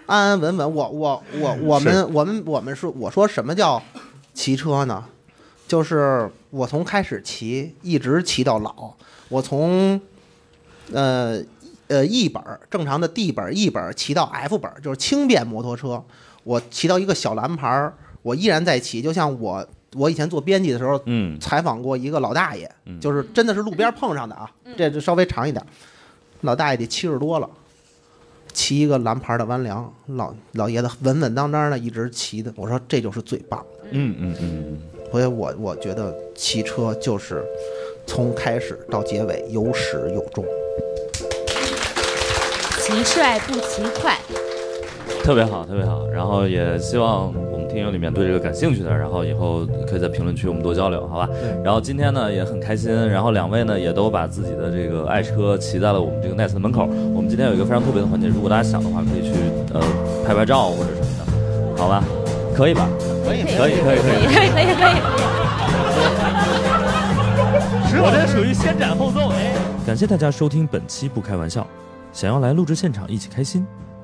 [SPEAKER 3] 安安稳稳。我我我我
[SPEAKER 7] 是
[SPEAKER 3] 们我们我们说我说什么叫骑车呢？就是我从开始骑一直骑到老，我从呃呃 E 本儿正常的 D 本儿 E 本儿骑到 F 本儿，就是轻便摩托车。我骑到一个小蓝牌儿，我依然在骑，就像我我以前做编辑的时候，
[SPEAKER 1] 嗯
[SPEAKER 3] 采访过一个老大爷，
[SPEAKER 1] 嗯
[SPEAKER 3] 就是真的是路边碰上的啊，这就稍微长一点儿，老大爷得七十多了。骑一个蓝牌的弯梁，老老爷子稳稳当当的一直骑的，我说这就是最棒的。
[SPEAKER 1] 嗯嗯嗯，
[SPEAKER 3] 所以我我觉得骑车就是从开始到结尾有始有终。
[SPEAKER 2] 骑帅不骑快。
[SPEAKER 1] 特别好，特别好。然后也希望我们听友里面对这个感兴趣的，然后以后可以在评论区我们多交流，好吧？然后今天呢也很开心，然后两位呢也都把自己的这个爱车骑在了我们这个 Nice 的门口。我们今天有一个非常特别的环节，如果大家想的话，可以去呃拍拍照或者什么的，好吧？可以吧？
[SPEAKER 3] 可以
[SPEAKER 1] 可以，可以，可以。
[SPEAKER 2] 可以可以可以。
[SPEAKER 8] 我这属于先斩后奏，哎。
[SPEAKER 1] 感谢大家收听本期《不开玩笑》，想要来录制现场一起开心，